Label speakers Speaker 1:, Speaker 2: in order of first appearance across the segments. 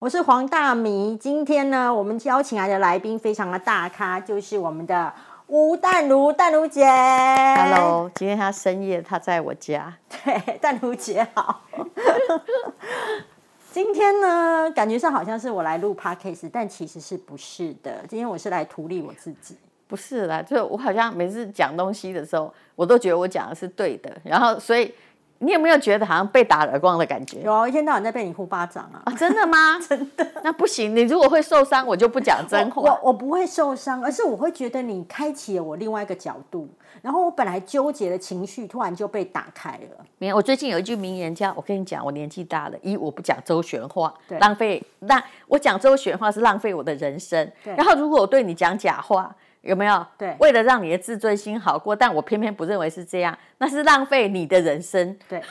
Speaker 1: 我是黄大米。今天呢，我们邀请来的来宾非常的大咖，就是我们的吴淡如淡如姐。
Speaker 2: Hello，今天他深夜他在我家，
Speaker 1: 对，淡如姐好。 今天呢，感觉上好像是我来录 podcast，但其实是不是的？今天我是来图利我自己。
Speaker 2: 不是啦，就是我好像每次讲东西的时候，我都觉得我讲的是对的，然后所以你有没有觉得好像被打耳光的感觉？
Speaker 1: 有一天到晚在被你呼巴掌啊！
Speaker 2: 啊，真的吗？ 真的。那不行，你如果会受伤，我就不讲真
Speaker 1: 我
Speaker 2: 话
Speaker 1: 我。我不会受伤，而是我会觉得你开启了我另外一个角度，然后我本来纠结的情绪突然就被打开了。
Speaker 2: 没有，我最近有一句名言叫，我跟你讲，我年纪大了，一我不讲周旋话
Speaker 1: 对，
Speaker 2: 浪费；那我讲周旋话是浪费我的人生。
Speaker 1: 对
Speaker 2: 然后如果我对你讲假话，有没有？
Speaker 1: 对
Speaker 2: 为了让你的自尊心好过，但我偏偏不认为是这样，那是浪费你的人生。
Speaker 1: 对，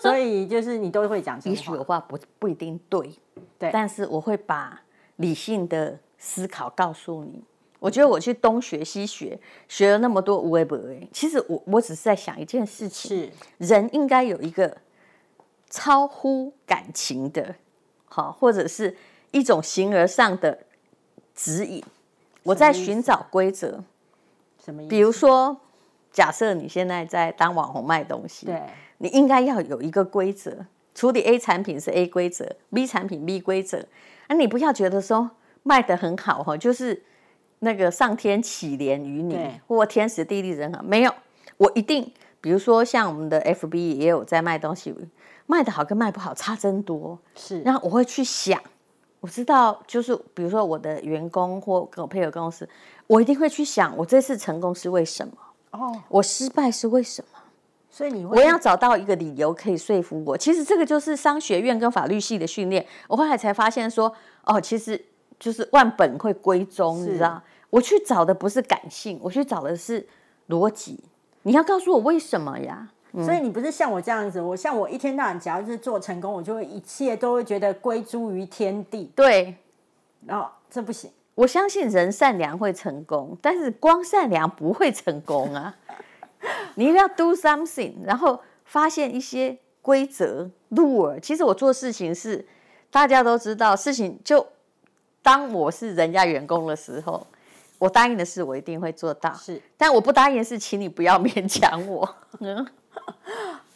Speaker 1: 所以就是你都会讲这
Speaker 2: 也
Speaker 1: 种
Speaker 2: 许
Speaker 1: 话
Speaker 2: 我。话不不一定对，
Speaker 1: 对
Speaker 2: 但是我会把理性的思考告诉你。我觉得我去东学西学，学了那么多无为不为，其实我我只是在想一件事情，
Speaker 1: 是
Speaker 2: 人应该有一个超乎感情的，好，或者是一种形而上的指引。我在寻找规则，
Speaker 1: 什么意思？
Speaker 2: 比如说，假设你现在在当网红卖东西，
Speaker 1: 对
Speaker 2: 你应该要有一个规则，处理 A 产品是 A 规则，B 产品 B 规则。啊，你不要觉得说卖得很好哈，就是那个上天启怜于你
Speaker 1: 对，
Speaker 2: 或天时地利人和。没有，我一定，比如说像我们的 FB 也有在卖东西，卖得好跟卖不好差真多。
Speaker 1: 是
Speaker 2: 然后我会去想，我知道就是比如说我的员工或跟我配合公司，我一定会去想，我这次成功是为什么，
Speaker 1: 哦，
Speaker 2: 我失败是为什么。
Speaker 1: 所以你会
Speaker 2: 我要找到一个理由可以说服我。其实这个就是商学院跟法律系的训练。我后来才发现说，哦，其实就是万本会归宗，
Speaker 1: 是
Speaker 2: 你知道？我去找的不是感性，我去找的是逻辑。你要告诉我为什么呀？
Speaker 1: 所以你不是像我这样子，我像我一天到晚只要是做成功，我就会一切都会觉得归诸于天地，
Speaker 2: 对
Speaker 1: 然后这不行。
Speaker 2: 我相信人善良会成功，但是光善良不会成功啊。 你一定要 do something，然后发现一些规则 rule。其实我做事情是大家都知道，事情就当我是人家员工的时候，我答应的事我一定会做到。
Speaker 1: 是，
Speaker 2: 但我不答应的事，请你不要勉强我。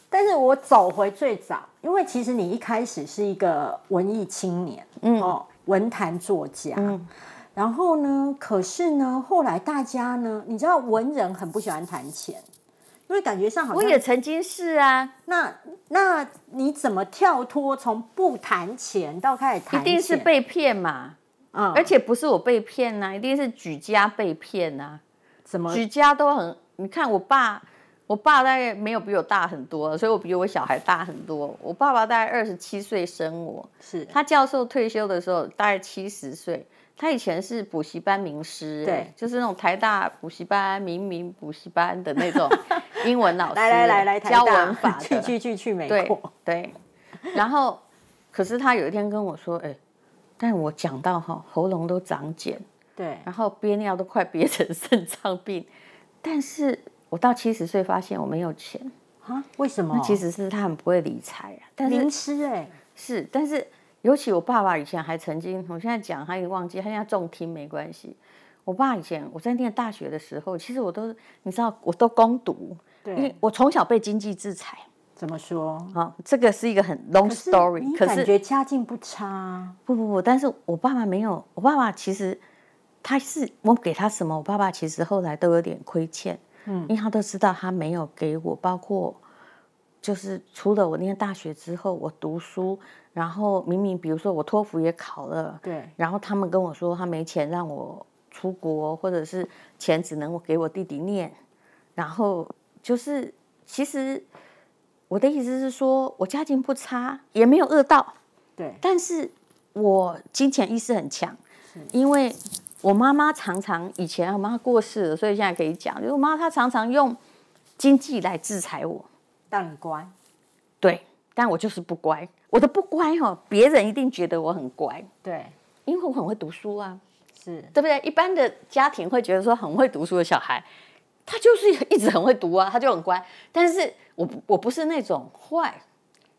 Speaker 1: 但是我走回最早，因为其实你一开始是一个文艺青年，哦，文坛作家。然后呢？可是呢，后来大家呢，你知道文人很不喜欢谈钱，因为感觉上好像
Speaker 2: 我也曾经是啊，
Speaker 1: 那那你怎么跳脱从不谈钱到开始
Speaker 2: 一
Speaker 1: 谈钱？
Speaker 2: 定是被骗嘛，
Speaker 1: 嗯，
Speaker 2: 而且不是我被骗啊呐、一定是举家被骗啊呐、
Speaker 1: 怎么
Speaker 2: 举家都很，你看我爸，我爸大概没有比我大很多，所以我比我小孩大很多。我爸爸大概二十七岁生我，
Speaker 1: 是
Speaker 2: 他教授退休的时候大概七十岁。他以前是补习班名师，
Speaker 1: 对
Speaker 2: 哎就是那种台大补习班、明明补习班的那 种英文老师，
Speaker 1: 来来来来，台
Speaker 2: 教
Speaker 1: 大
Speaker 2: 文 法
Speaker 1: 去
Speaker 2: 的，
Speaker 1: 去去去美
Speaker 2: 对
Speaker 1: 国，
Speaker 2: 对。然后，可是他有一天跟我说，哎、但我讲到哈喉咙都长茧，
Speaker 1: 对
Speaker 2: 然后憋尿都快憋成肾脏病。但是我到七十岁发现我没有钱，
Speaker 1: 啊？为什么
Speaker 2: 那？其实是他很不会理财啊。但
Speaker 1: 名
Speaker 2: 是
Speaker 1: 师哎，
Speaker 2: 是，但是尤其我爸爸以前还曾经，我现在讲他也忘记，他现在重听没关系。我爸以前我在念大学的时候，其实我都你知道我都攻读，因为
Speaker 1: 对，
Speaker 2: 我从小被经济制裁
Speaker 1: 怎么说
Speaker 2: 啊、这个是一个很 long
Speaker 1: 可是
Speaker 2: story。
Speaker 1: 你
Speaker 2: 可
Speaker 1: 感
Speaker 2: 是
Speaker 1: 觉家境不差，
Speaker 2: 不不不，但是我爸爸没有，我爸爸其实他是我给他什么，我爸爸其实后来都有点亏欠，嗯，因为他都知道他没有给我，包括就是除了我念大学之后，我读书，然后明明比如说我托福也考了，
Speaker 1: 对，
Speaker 2: 然后他们跟我说他没钱让我出国，或者是钱只能我给我弟弟念，然后就是其实我的意思是说我家境不差，也没有饿到。
Speaker 1: 对，
Speaker 2: 但是我金钱意识很强，因为我妈妈常常以前我妈过世了，所以现在可以讲，就是我妈她常常用经济来制裁我，
Speaker 1: 但很乖，
Speaker 2: 对，但我就是不乖，我的不乖哦，别人一定觉得我很乖，
Speaker 1: 对，
Speaker 2: 因为我很会读书啊，
Speaker 1: 是
Speaker 2: 对不对？一般的家庭会觉得说很会读书的小孩， 他就是一直很会读啊，他就很乖，但是我不我不是那种坏，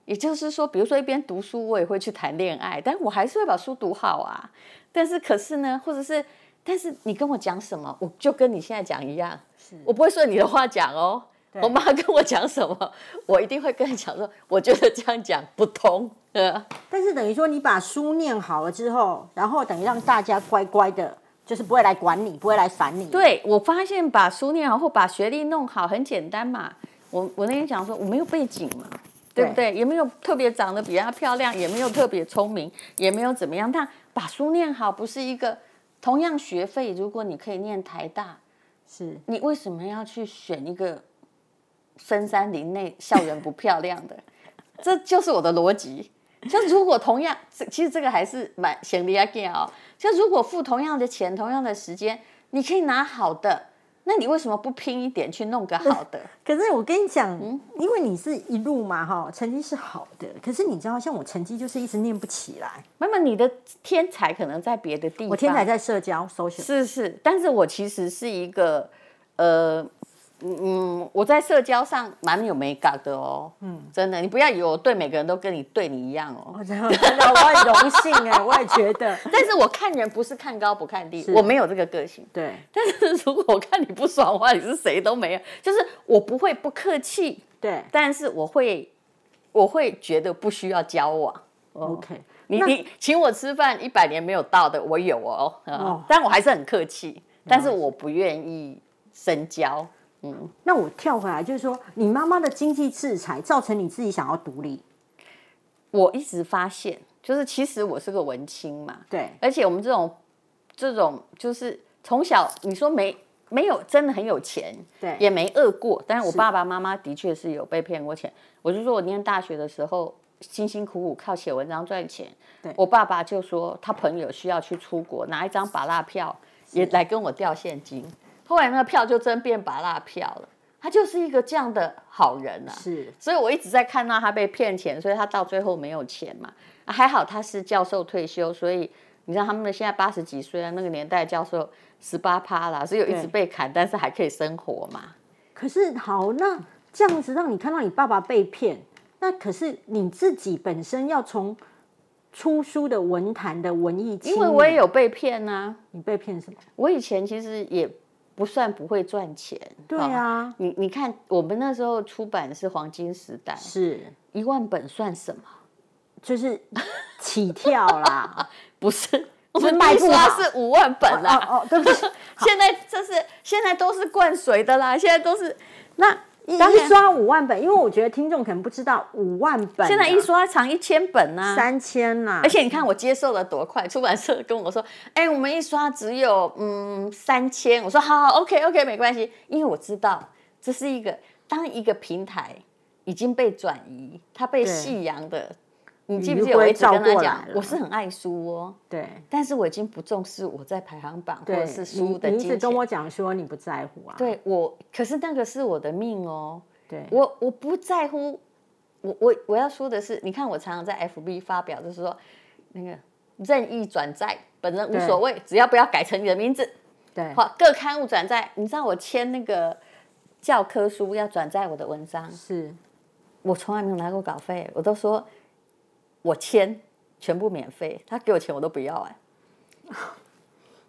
Speaker 2: 也就是说，比如说一边读书，我也会去谈恋爱，但我还是会把书读好啊。但是可是呢，或者是，但是你跟我讲什么，我就跟你现在讲一样，我不会顺你的话讲哦。我妈跟我讲什么，我一定会跟你讲说，我觉得这样讲不通。呃，
Speaker 1: 但是等于说你把书念好了之后，然后等于让大家乖乖的，就是不会来管你，不会来烦你。
Speaker 2: 对我发现把书念好或把学历弄好很简单嘛。我我那天讲说我没有背景嘛，对不对？也没有特别长得比她漂亮，也没有特别聪明，也没有怎么样。但把书念好不是一个同样学费，如果你可以念台大，
Speaker 1: 是
Speaker 2: 你为什么要去选一个深山林内校园不漂亮的？这就是我的逻辑。就如果同样，这其实这个还是蛮显利亚 g 哦。就如果付同样的钱、同样的时间，你可以拿好的，那你为什么不拼一点去弄个好的？
Speaker 1: 可是我跟你讲，
Speaker 2: 嗯
Speaker 1: 因为你是一路嘛哈，成绩是好的，可是你知道，像我成绩就是一直念不起来，
Speaker 2: 妈妈，你的天才可能在别的地方。
Speaker 1: 我天才在社交 social，
Speaker 2: 是是，但是我其实是一个，呃，嗯嗯，我在社交上蛮有美感的哦。嗯，真的，你不要以为我对每个人都跟你对你一样 哦。
Speaker 1: 我真的真的我很荣幸 哎，我也觉得，
Speaker 2: 但是我看人不是看高不看低
Speaker 1: 是，
Speaker 2: 我没有这个个性。
Speaker 1: 对
Speaker 2: 但是如果我看你不爽的话，你是谁都没有，就是我不会不客气，
Speaker 1: 对
Speaker 2: 但是我会，我会觉得不需要交往。
Speaker 1: ，OK，
Speaker 2: 哦你
Speaker 1: 那
Speaker 2: 你请我吃饭，一百年没有到的，我有哦，啊
Speaker 1: 哦
Speaker 2: 但我还是很客气，但是我不愿意深交。
Speaker 1: 那我跳回来就是说，你妈妈的经济制裁造成你自己想要独立，
Speaker 2: 我一直发现，就是其实我是个文青嘛，
Speaker 1: 对
Speaker 2: 而且我们这种这种就是从小你说没没有真的很有钱，
Speaker 1: 对
Speaker 2: 也没饿过，但是我爸爸妈妈的确是有被骗过钱。我就说我念大学的时候辛辛苦苦靠写文章赚钱，
Speaker 1: 对
Speaker 2: 我爸爸就说他朋友需要去出国，拿一张把蜡票也来跟我调现金，后来那个票就真变把蜡票了。他就是一个这样的好人啊，
Speaker 1: 是
Speaker 2: 所以我一直在看到他被骗钱，所以他到最后没有钱嘛。啊还好他是教授退休，所以你知道他们现在八十几岁啊，那个年代教授十八趴啦，所以有一直
Speaker 1: 对
Speaker 2: 被砍，但是还可以生活嘛。
Speaker 1: 可是好，那这样子让你看到你爸爸被骗，那可是你自己本身要从出书的文坛的文艺青
Speaker 2: 因
Speaker 1: 年，
Speaker 2: 为我也有被骗啊，
Speaker 1: 你被骗什么？
Speaker 2: 我以前其实也不算不会赚钱。
Speaker 1: 对
Speaker 2: 哦
Speaker 1: 啊，
Speaker 2: 你你看我们那时候出版是黄金时代，
Speaker 1: 是
Speaker 2: 一万本算什么？
Speaker 1: 就是起跳 啦，
Speaker 2: 不是，我
Speaker 1: 是
Speaker 2: 们
Speaker 1: 卖
Speaker 2: 卖
Speaker 1: 不
Speaker 2: 刷
Speaker 1: 好
Speaker 2: 是五万本啦、
Speaker 1: 哦哦，对不起，
Speaker 2: 现在这是现在都是灌水的啦，现在都是那
Speaker 1: 一
Speaker 2: 当然
Speaker 1: 一刷五万本，因为我觉得听众可能不知道五万本啊、
Speaker 2: 现在一刷长一千本呐、啊。
Speaker 1: 三千啦，
Speaker 2: 而且你看我接受的多快，出版社跟我说，哎、我们一刷只有嗯三千，我说好好 OK OK 没关系，因为我知道这是一个当一个平台已经被转移，它被
Speaker 1: 对嗯
Speaker 2: 夕阳的，你记
Speaker 1: 余
Speaker 2: 不记得我
Speaker 1: 晖
Speaker 2: 一直跟
Speaker 1: 照
Speaker 2: 他
Speaker 1: 过
Speaker 2: 讲
Speaker 1: 来了，
Speaker 2: 我是很爱书哦，
Speaker 1: 对
Speaker 2: 但是我已经不重视我在排行榜或
Speaker 1: 对，
Speaker 2: 者是书
Speaker 1: 你
Speaker 2: 的
Speaker 1: 你一直
Speaker 2: 金
Speaker 1: 跟
Speaker 2: 钱。
Speaker 1: 我讲说你不在乎啊，
Speaker 2: 对我，可是那个是我的命哦，
Speaker 1: 对
Speaker 2: 我我不在乎，我我我要说的是，你看我常常在 FB 发表，就是说那个任意转载，本人无
Speaker 1: 对
Speaker 2: 所谓，只要不要改成你的名字。
Speaker 1: 对
Speaker 2: 好，各刊物转载，你知道我签那个教科书要转载我的文章，
Speaker 1: 是
Speaker 2: 我从来没有拿过稿费，我都说我签全部免费，他给我钱我都不要哎、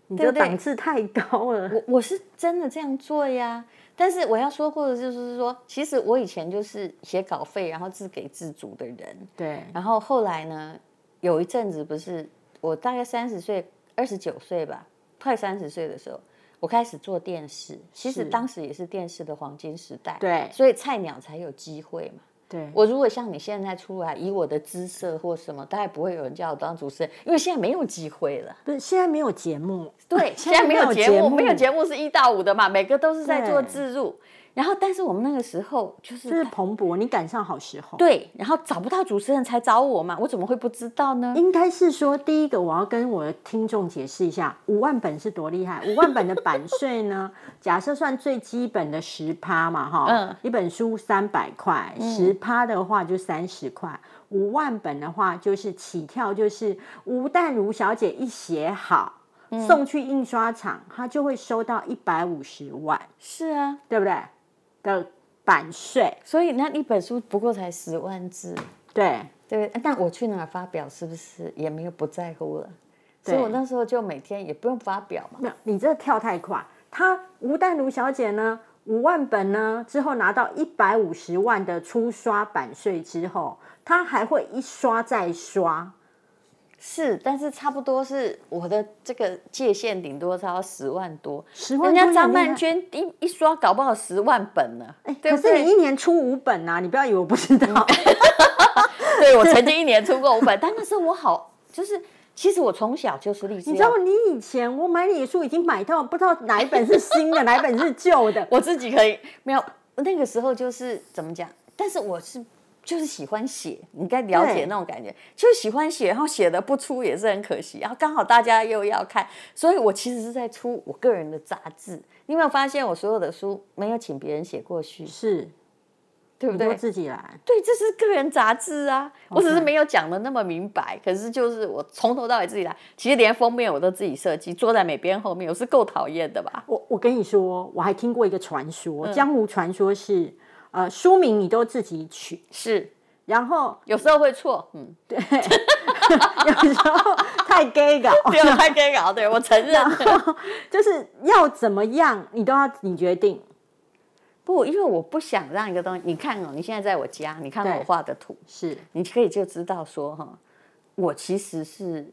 Speaker 1: 你
Speaker 2: 对
Speaker 1: 的
Speaker 2: 不对
Speaker 1: 档次太高了，
Speaker 2: 我我是真的这样做呀，但是我要说过的就是说，其实我以前就是写稿费，然后自给自足的人。
Speaker 1: 对
Speaker 2: 然后后来呢，有一阵子不是我大概三十岁、二十九岁吧，快三十岁的时候，我开始做电视。其实
Speaker 1: 是
Speaker 2: 当时也是电视的黄金时代，
Speaker 1: 对
Speaker 2: 所以菜鸟才有机会嘛。
Speaker 1: 对
Speaker 2: 我如果像你现在出来，以我的姿色或什么，大概不会有人叫我当主持人，因为现在没有机会了。
Speaker 1: 不是现在没有节目，
Speaker 2: 对，现在没有节目，没有
Speaker 1: 目，
Speaker 2: 节目是一到五的嘛，每个都是在做
Speaker 1: 对
Speaker 2: 自助。然后，但是我们那个时候就
Speaker 1: 这
Speaker 2: 是
Speaker 1: 是蓬勃，你赶上好时候。
Speaker 2: 对，然后找不到主持人才找我嘛，我怎么会不知道呢？
Speaker 1: 应该是说，第一个我要跟我的听众解释一下，五万本是多厉害。五万本的版税呢，假设算最基本的十趴嘛，哈，
Speaker 2: 嗯
Speaker 1: 一本书三百块，十趴的话就三十块，五万本的话就是起跳就是吴淡如小姐一写好，送去印刷厂，她就会收到一百五十万，
Speaker 2: 是啊，
Speaker 1: 对不对？的版税，
Speaker 2: 所以那一本书不过才十万字，
Speaker 1: 对，
Speaker 2: 对，啊但我去哪儿发表是不是也没有不在乎了？所以我那时候就每天也不用发表嘛。
Speaker 1: 没有，你这跳太快。她吴淡如小姐呢，五万本呢之后拿到一百五十万的初刷版税之后，她还会一刷再刷。
Speaker 2: 是，但是差不多是我的这个界限，顶多超十万多。
Speaker 1: 10万多
Speaker 2: 人家
Speaker 1: 也
Speaker 2: 张
Speaker 1: 厉
Speaker 2: 曼
Speaker 1: 害
Speaker 2: 娟一一刷，搞不好十万本呢。
Speaker 1: 哎、
Speaker 2: 对
Speaker 1: 可
Speaker 2: 不
Speaker 1: 是
Speaker 2: 对
Speaker 1: 你一年出五本啊，你不要以为我不知道。
Speaker 2: 对我曾经一年出过五本，但那时候我好就是，其实我从小就是立 志
Speaker 1: 你知道
Speaker 2: 要，
Speaker 1: 你以前我买你的书已经买到不知道哪一本是新的，哪一本是旧的。
Speaker 2: 我自己可以没有那个时候就是怎么讲，但是我是。就是喜欢写，你该了
Speaker 1: 对
Speaker 2: 解那种感觉，就是喜欢写，然后写的不出也是很可惜，然后刚好大家又要看，所以我其实是在出我个人的杂志。你有没有发现我所有的书没有请别人写过序，
Speaker 1: 是，
Speaker 2: 对不
Speaker 1: 你
Speaker 2: 对
Speaker 1: 都？自己来。
Speaker 2: 对，这是个人杂志啊，我只是没有讲的那么明白。可是就是我从头到尾自己来，其实连封面我都自己设计，坐在美编后面，我是够讨厌的吧？
Speaker 1: 我我跟你说，我还听过一个传说，江湖传说是，呃，书名你都自己取，
Speaker 2: 是，
Speaker 1: 然后
Speaker 2: 有时候会错，嗯，
Speaker 1: 有时候太 gay 搞，
Speaker 2: 对， 我太可以搞，对我承认。
Speaker 1: 就是要怎么样你都要你决定。
Speaker 2: 不，因为我不想让一个东西，你看哦，你现在在我家，你看
Speaker 1: 对
Speaker 2: 我画的图，
Speaker 1: 是
Speaker 2: 你可以就知道说哈，我其实是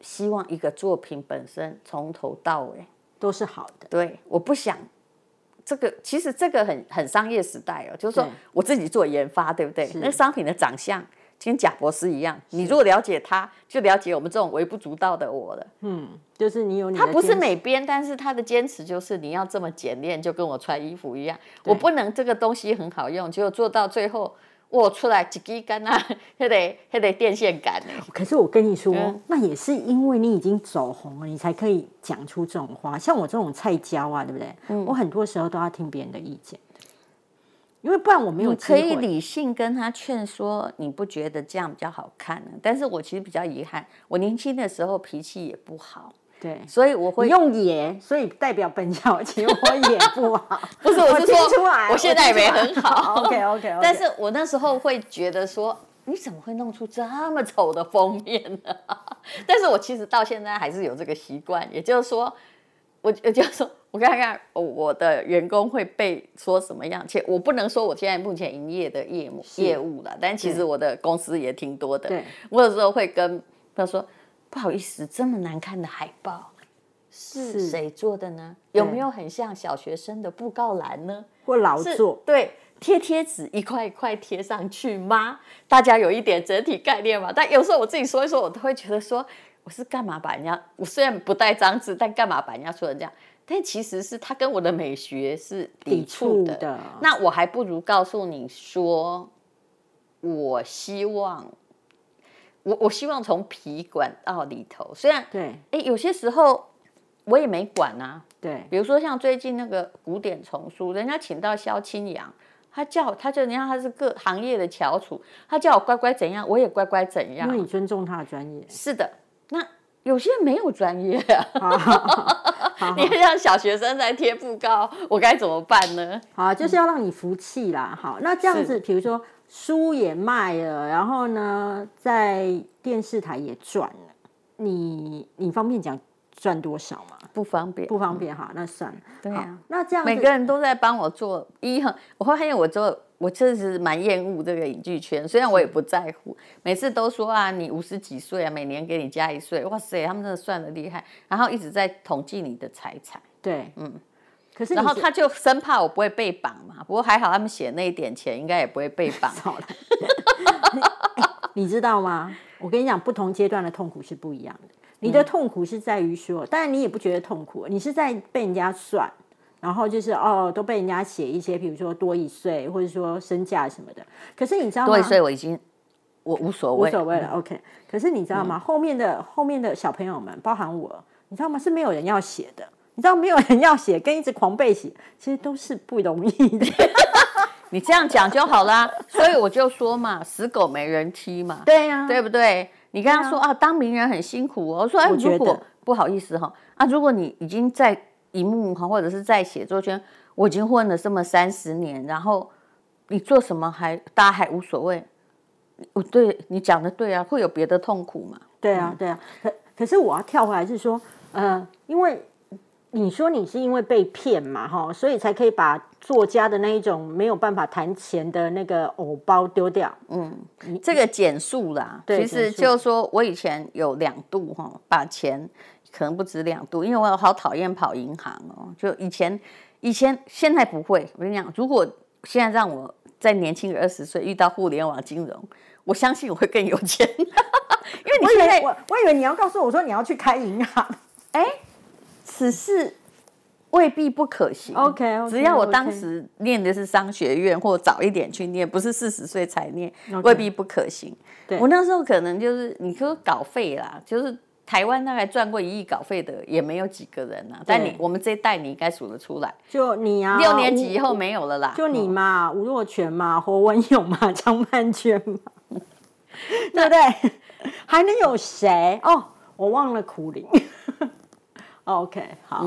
Speaker 2: 希望一个作品本身从头到尾
Speaker 1: 都是好的，
Speaker 2: 对，我不想这个，其实这个很很商业时代哦，就是说
Speaker 1: 对
Speaker 2: 我自己做研发，对不对
Speaker 1: 是？
Speaker 2: 那商品的长相跟贾博士一样，你如果了解他，就了解我们这种微不足道的我了。
Speaker 1: 嗯，就是你有你的
Speaker 2: 他
Speaker 1: 坚持。
Speaker 2: 不是美编，但是他的坚持就是你要这么简练，就跟我穿衣服一样，我不能这个东西很好用，结果做到最后。我出来几根杆啊， 还得还得电线杆呢。
Speaker 1: 可是我跟你说，
Speaker 2: 嗯
Speaker 1: 那也是因为你已经走红了，你才可以讲出这种话。像我这种菜椒啊，对不对？
Speaker 2: 嗯
Speaker 1: 我很多时候都要听别人的意见，因为不然我没有
Speaker 2: 你
Speaker 1: 机
Speaker 2: 可
Speaker 1: 会。
Speaker 2: 以理性跟他劝说，你不觉得这样比较好看呢？但是我其实比较遗憾，我年轻的时候脾气也不好，
Speaker 1: 对，
Speaker 2: 所以我
Speaker 1: 我
Speaker 2: 会
Speaker 1: 用也，所以代表本小姐我也不好。
Speaker 2: 不是我是
Speaker 1: 听
Speaker 2: 说
Speaker 1: 出来，
Speaker 2: 我现在也没很好
Speaker 1: OK OK，
Speaker 2: 但是我那时候会觉得说，你怎么会弄出这么丑的封面呢、 但是我其实到现在还是有这个习惯，也就是说，我我就说，我看看哦我的员工会被说什么样，且我不能说我现在目前营业的业务
Speaker 1: 是
Speaker 2: 业务了，但其实我的公司也挺多的。
Speaker 1: 对，
Speaker 2: 我有时候会跟他说，不好意思，这么难看的海报。
Speaker 1: 是
Speaker 2: 是谁做的呢？有
Speaker 1: 对
Speaker 2: 没有很像小学生的布告栏呢？
Speaker 1: 或劳
Speaker 2: 是
Speaker 1: 作，
Speaker 2: 对，贴贴纸一块一块贴上去吗？大家有一点整体概念嘛？但有时候我自己说一说，我都会觉得说，我是干嘛把人家，我虽然不带脏字，但干嘛把人家说成这样？但其实是他跟我的美学是抵触
Speaker 1: 抵
Speaker 2: 的。
Speaker 1: 触的
Speaker 2: 那我还不如告诉你说，我希望，我我希望从皮管到里头。虽然，
Speaker 1: 对
Speaker 2: 哎，有些时候我也没管啊，
Speaker 1: 对
Speaker 2: 比如说像最近那个古典丛书，人家请到萧清扬，他叫他就人家他是各行业的翘楚，他叫我乖乖怎样，我也乖乖怎
Speaker 1: 因为
Speaker 2: 样。
Speaker 1: 你尊重她的专业。
Speaker 2: 是的，那有些人没有专业啊，
Speaker 1: 好
Speaker 2: 你让小学生在贴布告，我该怎么办呢？
Speaker 1: 好，就是要让你服气啦。好，那这样子，比如说书也卖了，然后呢，在电视台也赚了，你你方便讲赚多少吗？
Speaker 2: 不方便，
Speaker 1: 不方便哈，那算了。
Speaker 2: 嗯对啊
Speaker 1: 好那这样子
Speaker 2: 每个人都在帮我做一很，我会发现我做我确实蛮厌恶这个影剧圈，虽然我也不在乎，每次都说啊你五十几岁啊，每年给你加一岁，哇塞，他们真的算的厉害，然后一直在统计你的财产，
Speaker 1: 对，嗯。可是你
Speaker 2: 然后
Speaker 1: 是
Speaker 2: 他就生怕我不会被绑嘛，不过还好他们写那一点钱应该也不会被
Speaker 1: ，
Speaker 2: 绑
Speaker 1: 少了，哎你知道吗？我跟你讲，不同阶段的痛苦是不一样的。你
Speaker 2: 嗯
Speaker 1: 的痛苦是在于说，当然你也不觉得痛苦，你是在被人家算，然后就是哦，都被人家写一些，比如说多一岁，或者说身价什么的。可是你知道吗？
Speaker 2: 多一岁我已经我无所
Speaker 1: 啊无
Speaker 2: 谓，
Speaker 1: 所谓了，OK。可是你知道吗？
Speaker 2: 嗯
Speaker 1: 后面的后面的小朋友们，包含我，你知道吗？是没有人要写的。你知道没有人要写，跟一直狂背写，其实都是不容易的。
Speaker 2: 你这样讲就 好啦，所以我就说嘛，死狗没人踢嘛，
Speaker 1: 对啊呀、
Speaker 2: 对不对？你跟他说啊，当名人很辛苦哦。我说，哎，
Speaker 1: 我觉
Speaker 2: 如果
Speaker 1: 得
Speaker 2: 不好意思哈、啊，如果你已经在荧幕哈，或者是在写作圈，我已经混了这么三十年，然后你做什么还大家还无所谓，哦，对你讲的对啊，会有别的痛苦嘛？
Speaker 1: 对啊，对啊。可可是我要跳回来是说，呃，因为你说你是因为被骗嘛，哈，所以才可以把作家的那一种没有办法谈钱的那个偶包丢掉。
Speaker 2: 这个减速啦，
Speaker 1: 对
Speaker 2: 其实
Speaker 1: 减速
Speaker 2: 就说我以前有两度哈、把钱可能不止两度，因为我好讨厌跑银行哦。就以前，以前现在不会。我跟你讲，如果现在让我再年轻个二十岁遇到互联网金融，我相信我会更有钱，因为你
Speaker 1: 我以
Speaker 2: 现在
Speaker 1: 为我我以为你要告诉我说你要去开银行。
Speaker 2: 哎，此事未必不可行。
Speaker 1: OK，OK，
Speaker 2: 只要我
Speaker 1: OK
Speaker 2: 当时念的是商学院，或早一点去念，不是四十岁才念
Speaker 1: OK
Speaker 2: 未必不可行
Speaker 1: 对。
Speaker 2: 我那时候可能就是你说稿费啦，就是台湾大概赚过一亿稿费的也没有几个人啦。但你我们这一代你应该数得出来，
Speaker 1: 就你啊，
Speaker 2: 六年级
Speaker 1: 吴
Speaker 2: 以后没有了啦。
Speaker 1: 就你嘛，吴若权嘛，侯文勇嘛，张曼娟 嘛，对不对？还能有谁？哦，我忘了苦林。OK，好，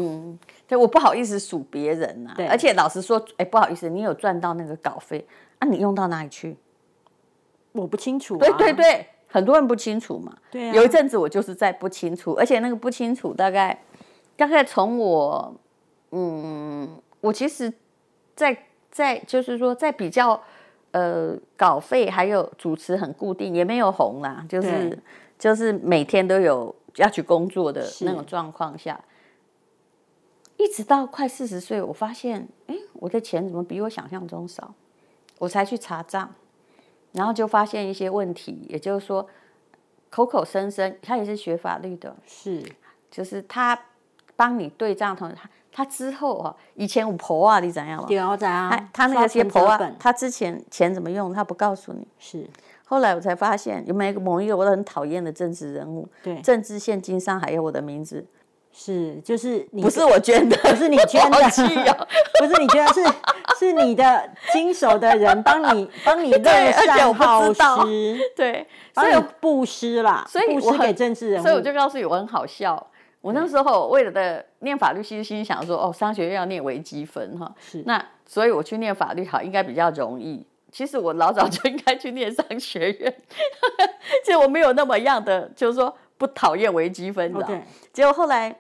Speaker 2: 对，我不好意思数别人呐、
Speaker 1: 对
Speaker 2: 而且老实说，哎，不好意思，你有赚到那个稿费啊？你用到哪里去？
Speaker 1: 我不清楚、啊。
Speaker 2: 对对对，很多人不清楚嘛。
Speaker 1: 对啊
Speaker 2: 有一阵子我就是在不清楚，而且那个不清楚大概大概从我嗯，我其实在在就是说在比较呃稿费还有主持很固定，也没有红啦，就是
Speaker 1: 对
Speaker 2: 就是每天都有要去工作的
Speaker 1: 是
Speaker 2: 那种状况下。一直到快四十岁，我发现，哎，我的钱怎么比我想象中少？我才去查账，然后就发现一些问题，也就是说，口口声声他也是学法律的，
Speaker 1: 是
Speaker 2: 就是他帮你对账同他他之后啊，以前我婆啊，你怎样了？
Speaker 1: 屌仔啊
Speaker 2: 哎他，他那个些
Speaker 1: 刷存折
Speaker 2: 婆啊
Speaker 1: 本，
Speaker 2: 他之前钱怎么用，他不告诉你。
Speaker 1: 是
Speaker 2: 后来我才发现，有没有某一个我很讨厌的政治人物，
Speaker 1: 对
Speaker 2: 政治现金上还有我的名字，
Speaker 1: 是，就是你
Speaker 2: 不是我捐的，
Speaker 1: 不是你捐的
Speaker 2: 好气哦
Speaker 1: 不是你捐的，是是你的经手的人帮你帮你
Speaker 2: 对
Speaker 1: 乐
Speaker 2: 而且我
Speaker 1: 善
Speaker 2: 不
Speaker 1: 好
Speaker 2: 知道
Speaker 1: 施，
Speaker 2: 对，所
Speaker 1: 帮
Speaker 2: 以
Speaker 1: 你布施啦，
Speaker 2: 所以
Speaker 1: 布
Speaker 2: 我
Speaker 1: 施
Speaker 2: 很
Speaker 1: 给政治人物，
Speaker 2: 所以我就告诉你，我很好笑。我那时候为了的念法律，其实心里想说，哦，商学院要念微积分哈，
Speaker 1: 是
Speaker 2: 那所以我去念法律好，应该比较容易。其实我老早就应该去念商学院， 其实我没有那么样的，就是说不讨厌微积分的。
Speaker 1: OK
Speaker 2: 结果后来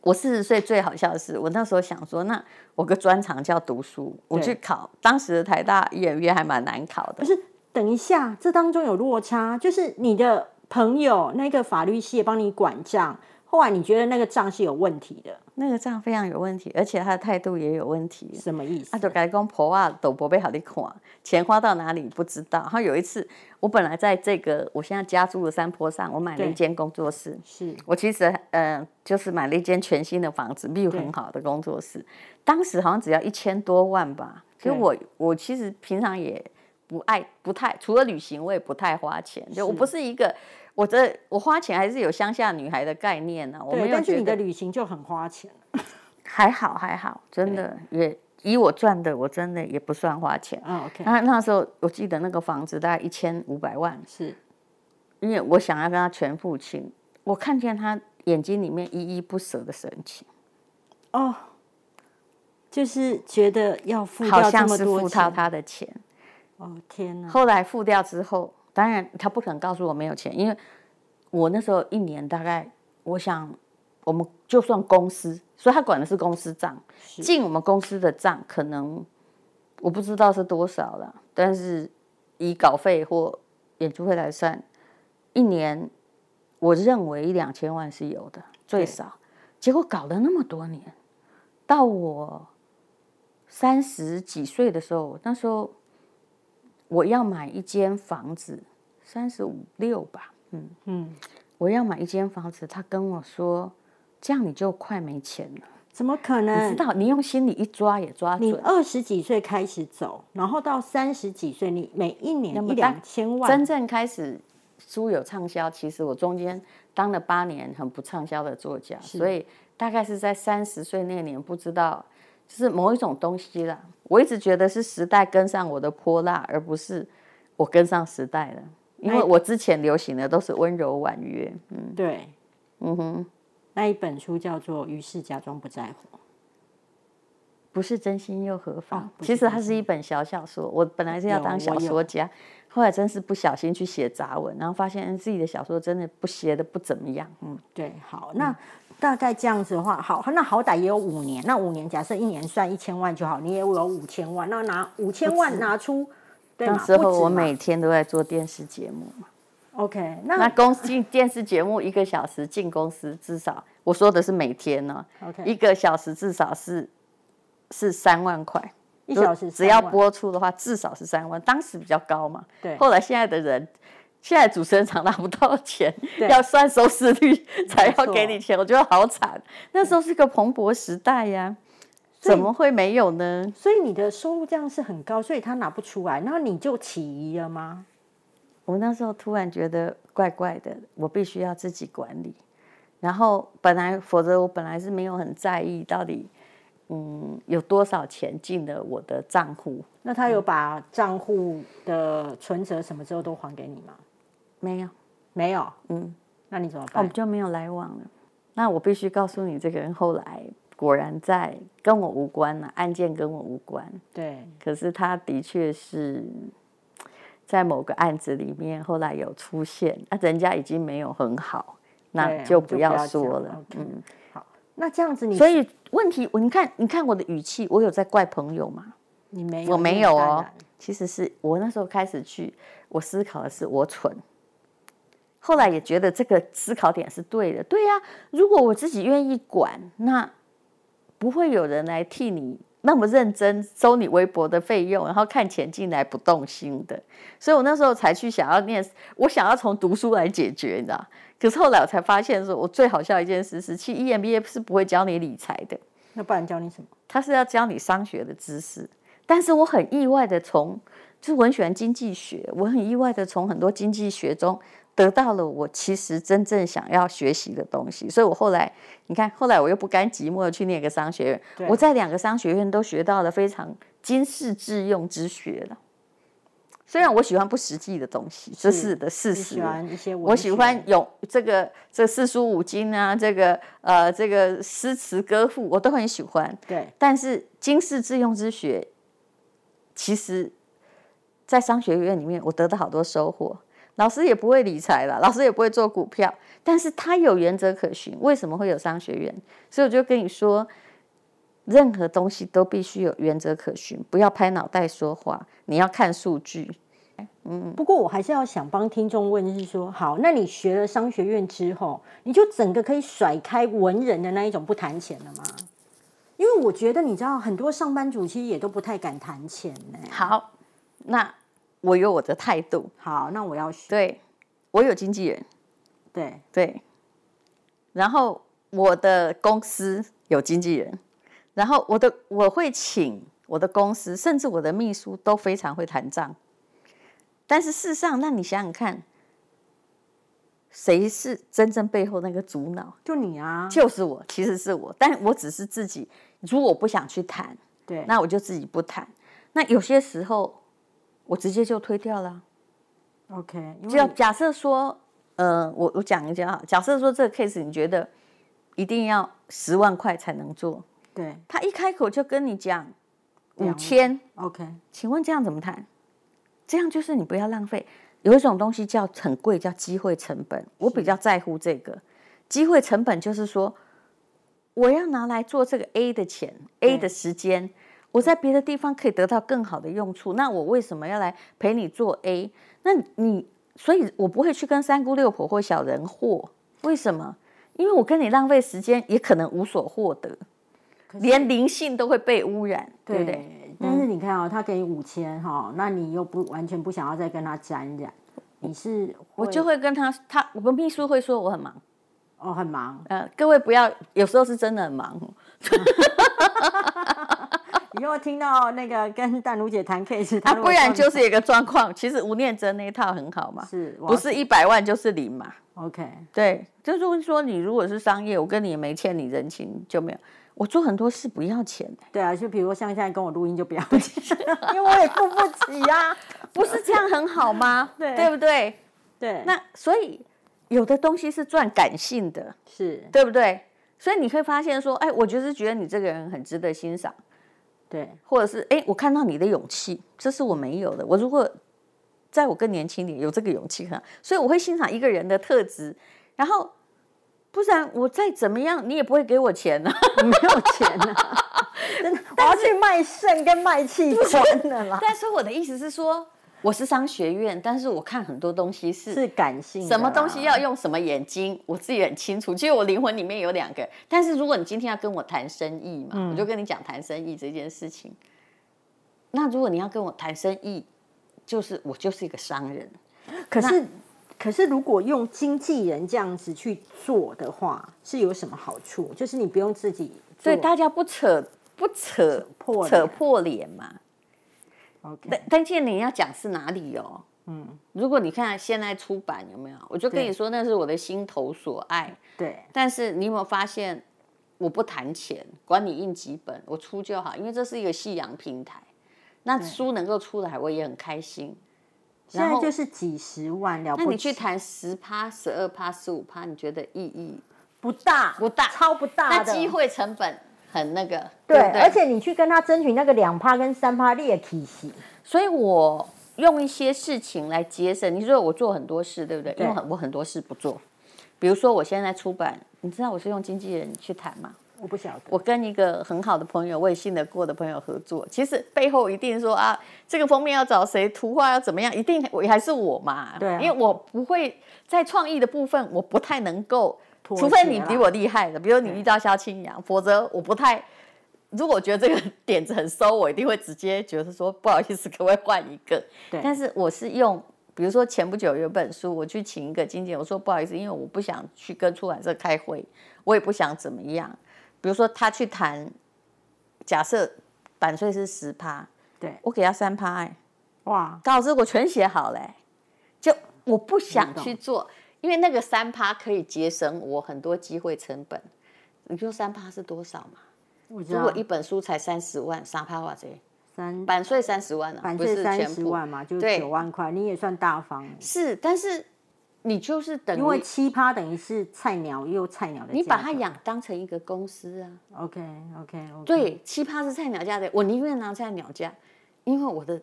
Speaker 2: 我四十岁最好笑的是，我那时候想说，那我个专长叫读书，我
Speaker 1: 对
Speaker 2: 去考。当时的台大演员还蛮难考的
Speaker 1: 不，是，等一下，这当中有落差，就是你的朋友那个法律系帮你管账，后来你觉得那个账是有问题的，
Speaker 2: 那个账非常有问题，而且他的态度也有问题。
Speaker 1: 什么意思？
Speaker 2: 啊，就跟你讲婆啊，都不被好的看，钱花到哪里不知道。然后有一次，我本来在这个我现在家住的山坡上，我买了一
Speaker 1: 对
Speaker 2: 间工作室。
Speaker 1: 是
Speaker 2: 我其实呃，就是买了一间全新的房子，view
Speaker 1: 对
Speaker 2: 很好的工作室，当时好像只要一千多万吧。所以
Speaker 1: 对
Speaker 2: 我我其实平常也不爱不太，除了旅行我也不太花钱，就我不是一个我的我花钱还是有乡下女孩的概念啊呢、我没
Speaker 1: 对，
Speaker 2: 有
Speaker 1: 但
Speaker 2: 觉
Speaker 1: 是
Speaker 2: 得
Speaker 1: 你的旅行就很花钱，
Speaker 2: 还好还好，真的也以我赚的，我真的也不算花钱。
Speaker 1: 啊，OK，
Speaker 2: 那那时候我记得那个房子大概一千五百万，
Speaker 1: 是
Speaker 2: 因为我想要跟他全付清，我看见他眼睛里面依依不舍的神情，
Speaker 1: 哦，就是觉得要付
Speaker 2: 好
Speaker 1: 掉这
Speaker 2: 像
Speaker 1: 么
Speaker 2: 是
Speaker 1: 多
Speaker 2: 付到
Speaker 1: 钱，
Speaker 2: 他的钱。
Speaker 1: 哦天哪，
Speaker 2: 后来付掉之后，当然他不肯告诉我没有钱，因为我那时候一年大概，我想我们就算公司，所以他管的是公司账，进我们公司的账可能我不知道是多少了，但是以稿费或演出费来算，一年我认为一两千万是有的，最少。结果搞了那么多年，到我三十几岁的时候，那时候我要买一间房子，三十五六吧，嗯
Speaker 1: 嗯，
Speaker 2: 我要买一间房子，他跟我说，这样你就快没钱了。
Speaker 1: 怎么可
Speaker 2: 你知
Speaker 1: 能？
Speaker 2: 道，你用心里一抓也抓
Speaker 1: 你
Speaker 2: 准，
Speaker 1: 二十几岁开始走，然后到三十几岁，你每一年
Speaker 2: 么
Speaker 1: 一
Speaker 2: 大
Speaker 1: 两千万，
Speaker 2: 真正开始书有畅销，其实我中间当了八年很不畅销的作家，所以大概是在三十岁那年，不知道就是某一种东西啦。我一直觉得是时代跟上我的泼辣，而不是我跟上时代了。因为我之前流行的都是温柔婉约，
Speaker 1: 对，嗯哼，那一本书叫做《于是假装不在乎》。
Speaker 2: 不不是真心又何妨？
Speaker 1: 哦不是
Speaker 2: 其实它是一本小小说，我本来是要
Speaker 1: 有
Speaker 2: 当小
Speaker 1: 我有
Speaker 2: 说家，后来真是不小心去写杂文，然后发现嗯自己的小说真的不写的不怎么样，嗯，
Speaker 1: 对，好，那大概这样子的话，好，那好歹也有五年，那五年假设一年算一千万就好，你也有五千万，那拿五千万拿出，对
Speaker 2: 那
Speaker 1: 嘛？
Speaker 2: 时
Speaker 1: 啊不
Speaker 2: 候
Speaker 1: 止
Speaker 2: 我
Speaker 1: 嘛嗯
Speaker 2: 每天都在做电视节目，
Speaker 1: OK，那
Speaker 2: 那公司进电视节目一个小时进公司至少，我说的是每天呢、一
Speaker 1: OK
Speaker 2: 个小时至少是是三万块，
Speaker 1: 一小时
Speaker 2: 只要
Speaker 1: 3万
Speaker 2: 播出的话至少是三万，当时比较高嘛。
Speaker 1: 对
Speaker 2: 后来现在的人，现在主持人常拿不到钱，
Speaker 1: 对
Speaker 2: 要算收视率才要
Speaker 1: 错
Speaker 2: 给你钱，我觉得好惨。那时候是个蓬勃时代呀、
Speaker 1: 所以
Speaker 2: 怎么会没有呢？
Speaker 1: 所以你的收入这样是很高，所以他拿不出来，那你就起疑了吗？
Speaker 2: 我那时候突然觉得怪怪的，我必须要自己管理。然后本来，否则我本来是没有很在意到底，嗯，有多少钱进了我的账户，
Speaker 1: 那他有把账户的存折什么之后都还给你吗？
Speaker 2: 没有，
Speaker 1: 没有，
Speaker 2: 嗯，
Speaker 1: 那你怎么
Speaker 2: 我
Speaker 1: 办？
Speaker 2: 们就没有来往了。那我必须告诉你，这个人后来果然在跟我无关了、啊案件跟我无关。
Speaker 1: 对，
Speaker 2: 可是他的确是在某个案子里面后来有出现，那、人家已经没有很好，那
Speaker 1: 对
Speaker 2: 就
Speaker 1: 我们就
Speaker 2: 不
Speaker 1: 不
Speaker 2: 要
Speaker 1: 要
Speaker 2: 说
Speaker 1: 讲
Speaker 2: 了。
Speaker 1: ，OK
Speaker 2: 嗯，
Speaker 1: 那这样子你
Speaker 2: 所以问题，我你看，你看我的语气，我有在怪朋友吗？
Speaker 1: 你没有，
Speaker 2: 我没有
Speaker 1: 你很淡
Speaker 2: 哦
Speaker 1: 然，
Speaker 2: 其实是我那时候开始去，我思考的是我蠢。后来也觉得这个思考点是对的，对呀、啊如果我自己愿意管，那不会有人来替你那么认真收你微薄的费用，然后看钱进来不动心的。所以我那时候才去想要念，我想要从读书来解决，你知道？可是后来我才发现说我最好笑的一件事是，E 去 EMBA 是不会教你理财的。
Speaker 1: 那不然教你什么？
Speaker 2: 他是要教你商学的知识，但是我很意外的从就是我很喜欢经济学，我很意外的从很多经济学中得到了我其实真正想要学习的东西，所以我后来你看，后来我又不甘寂寞地去念个商学院，
Speaker 1: 对
Speaker 2: 我在两个商学院都学到了非常经世致用之学了。虽然我喜欢不实际的东西，这是的事
Speaker 1: 你
Speaker 2: 实。
Speaker 1: 喜欢一些文学，
Speaker 2: 我喜欢咏这个这四书五经啊，这个呃这个诗词歌赋，我都很喜欢。
Speaker 1: 对
Speaker 2: 但是经世致用之学，其实，在商学院里面，我得到好多收获。老师也不会理财了，老师也不会做股票，但是他有原则可循。为什么会有商学院？所以我就跟你说，任何东西都必须有原则可循，不要拍脑袋说话，你要看数据。
Speaker 1: 不过我还是要想帮听众问，就是说，好，那你学了商学院之后，你就整个可以甩开文人的那一种不谈钱了吗？因为我觉得你知道，很多上班族其实也都不太敢谈钱呢、
Speaker 2: 好，那我有我的态度，
Speaker 1: 好，那我要学，
Speaker 2: 对我有经纪人，
Speaker 1: 对
Speaker 2: 对，然后我的公司有经纪人，然后我的我会请我的公司，甚至我的秘书都非常会谈账。但是事实上，那你想想看，谁是真正背后那个主脑？
Speaker 1: 就你啊，
Speaker 2: 就是我，其实是我，但我只是自己。如果我不想去谈，
Speaker 1: 对，
Speaker 2: 那我就自己不谈。那有些时候，我直接就推掉了啊。
Speaker 1: OK，因
Speaker 2: 就要
Speaker 1: 为
Speaker 2: 假设说，呃，我我讲一下啊，假设说这个 case 你觉得一定要十万块才能做，
Speaker 1: 对
Speaker 2: 他一开口就跟你讲五
Speaker 1: 两
Speaker 2: 千，
Speaker 1: OK，
Speaker 2: 请问这样怎么谈？这样就是你不要浪费。有一种东西叫很贵，叫机会成本。我比较在乎这个机会成本，就是说我要拿来做这个 A 的钱，A 的时间，我在别的地方可以得到更好的用处。那我为什么要来陪你做 A？那你，所以我不会去跟三姑六婆或小人货。为什么？因为我跟你浪费时间，也可能无所获得，连灵性都会被污染，对不对？嗯
Speaker 1: 但是你看啊、他给你五千哈，那你又不完全不想要再跟他沾染，你是
Speaker 2: 我就会跟他，他我们秘书会说我很忙，
Speaker 1: 哦很忙，
Speaker 2: 呃，各位不要，有时候是真的很忙，
Speaker 1: 以后听到那个跟淡如姐谈 case，她
Speaker 2: 啊，
Speaker 1: 如
Speaker 2: 不
Speaker 1: 果
Speaker 2: 然
Speaker 1: 说
Speaker 2: 就是一个状况。其实吴念真那一套很好嘛，
Speaker 1: 是我
Speaker 2: 不
Speaker 1: 要
Speaker 2: 是一百万就是零嘛，
Speaker 1: OK，
Speaker 2: 对，就是说你如果是商业，我跟你也没欠你人情，就没有。我做很多事不要钱，
Speaker 1: 对啊，就比如说像现在跟我录音就不要钱， 因为我也付不起呀、
Speaker 2: 不是这样很好吗？
Speaker 1: 对
Speaker 2: 不 对？
Speaker 1: 对，
Speaker 2: 那所以有的东西是赚感性的，
Speaker 1: 是
Speaker 2: 对不对？所以你会发现说，哎，我就是觉得你这个人很值得欣赏，
Speaker 1: 对，
Speaker 2: 或者是哎，我看到你的勇气，这是我没有的。我如果在我更年轻点有这个勇气哈，所以我会欣赏一个人的特质，然后不然我再怎么样，你也不会给我钱啊。
Speaker 1: 我没有钱啊，真的，我要去卖肾跟卖器官的啦。
Speaker 2: 但是我的意思是说，我是商学院，但是我看很多东西是
Speaker 1: 是感性的啦，
Speaker 2: 什么东西要用什么眼睛，我自己很清楚。其实我灵魂里面有两个，但是如果你今天要跟我谈生意嘛，我就跟你讲谈生意这件事情。那如果你要跟我谈生意，就是我就是一个商人，
Speaker 1: 可是，可是如果用经纪人这样子去做的话，是有什么好处？就是你不用自己做
Speaker 2: 所以大家不扯不扯
Speaker 1: 破脸
Speaker 2: 扯破脸嘛。
Speaker 1: ，OK，
Speaker 2: 但但现在你要讲是哪里哦？嗯，如果你看现在出版有没有，我就跟你说那是我的心头所爱。
Speaker 1: 对，
Speaker 2: 但是你有没有发现，我不谈钱，管你印几本，我出就好，因为这是一个夕阳平台。那书能够出来，我也很开心。
Speaker 1: 现
Speaker 2: 然
Speaker 1: 在
Speaker 2: 后
Speaker 1: 就是几十万了
Speaker 2: 那
Speaker 1: 不
Speaker 2: 你去
Speaker 1: 起，
Speaker 2: 谈十趴、十二趴、十五趴，你觉得意义
Speaker 1: 不大
Speaker 2: 不大
Speaker 1: 超不大
Speaker 2: 那
Speaker 1: 的
Speaker 2: 机。会成本很那个，
Speaker 1: 对，
Speaker 2: 不对
Speaker 1: 而且你去跟他争取那个两趴跟三趴，你也提息。
Speaker 2: 所以我用一些事情来节省。你说我做很多事，对不对？因为很我很多事不做，比如说我现在出版，你知道我是用经纪人去谈嘛？
Speaker 1: 我不晓得，
Speaker 2: 我跟一个很好的朋友，我也信得过的朋友合作，其实背后一定说啊，这个封面要找谁，图画要怎么样，一定我还是我嘛。
Speaker 1: 对啊
Speaker 2: 因为我不会在创意的部分，我不太能够，
Speaker 1: 妥协
Speaker 2: 除
Speaker 1: 啦
Speaker 2: 非你比我厉害的，比如你遇到萧清扬，否则我不太。如果我觉得这个 点子很馊，我一定会直接觉得说不好意思，可不可以换一个？
Speaker 1: 对
Speaker 2: 但是我是用，比如说前不久有本书，我去请一个经纪人，我说不好意思，因为我不想去跟出版社开会，我也不想怎么样。比如说他去谈，假设版税是十趴，
Speaker 1: 对
Speaker 2: 我给他三趴，哎、
Speaker 1: 哇，
Speaker 2: 高老师我全写好嘞、哎就我不想去做，因为那个三趴可以节省我很多机会成本。你说三趴是多少嘛？
Speaker 1: 我知
Speaker 2: 如
Speaker 1: 道
Speaker 2: 果一本书才三十万，三趴哇塞，
Speaker 1: 三
Speaker 2: 版税三十万啊，
Speaker 1: 版
Speaker 2: 不
Speaker 1: 税
Speaker 2: 是
Speaker 1: 三
Speaker 2: 全
Speaker 1: 十
Speaker 2: 部
Speaker 1: 万嘛，就是
Speaker 2: 对
Speaker 1: 九万块，你也算大方了，
Speaker 2: 是，但是你就是等于
Speaker 1: 因为七趴等于是菜鸟又菜鸟的价格，
Speaker 2: 你把它养当成一个公司啊。
Speaker 1: OK OK OK，，
Speaker 2: 对，七趴是菜鸟价的，我宁愿拿菜鸟价，因为我的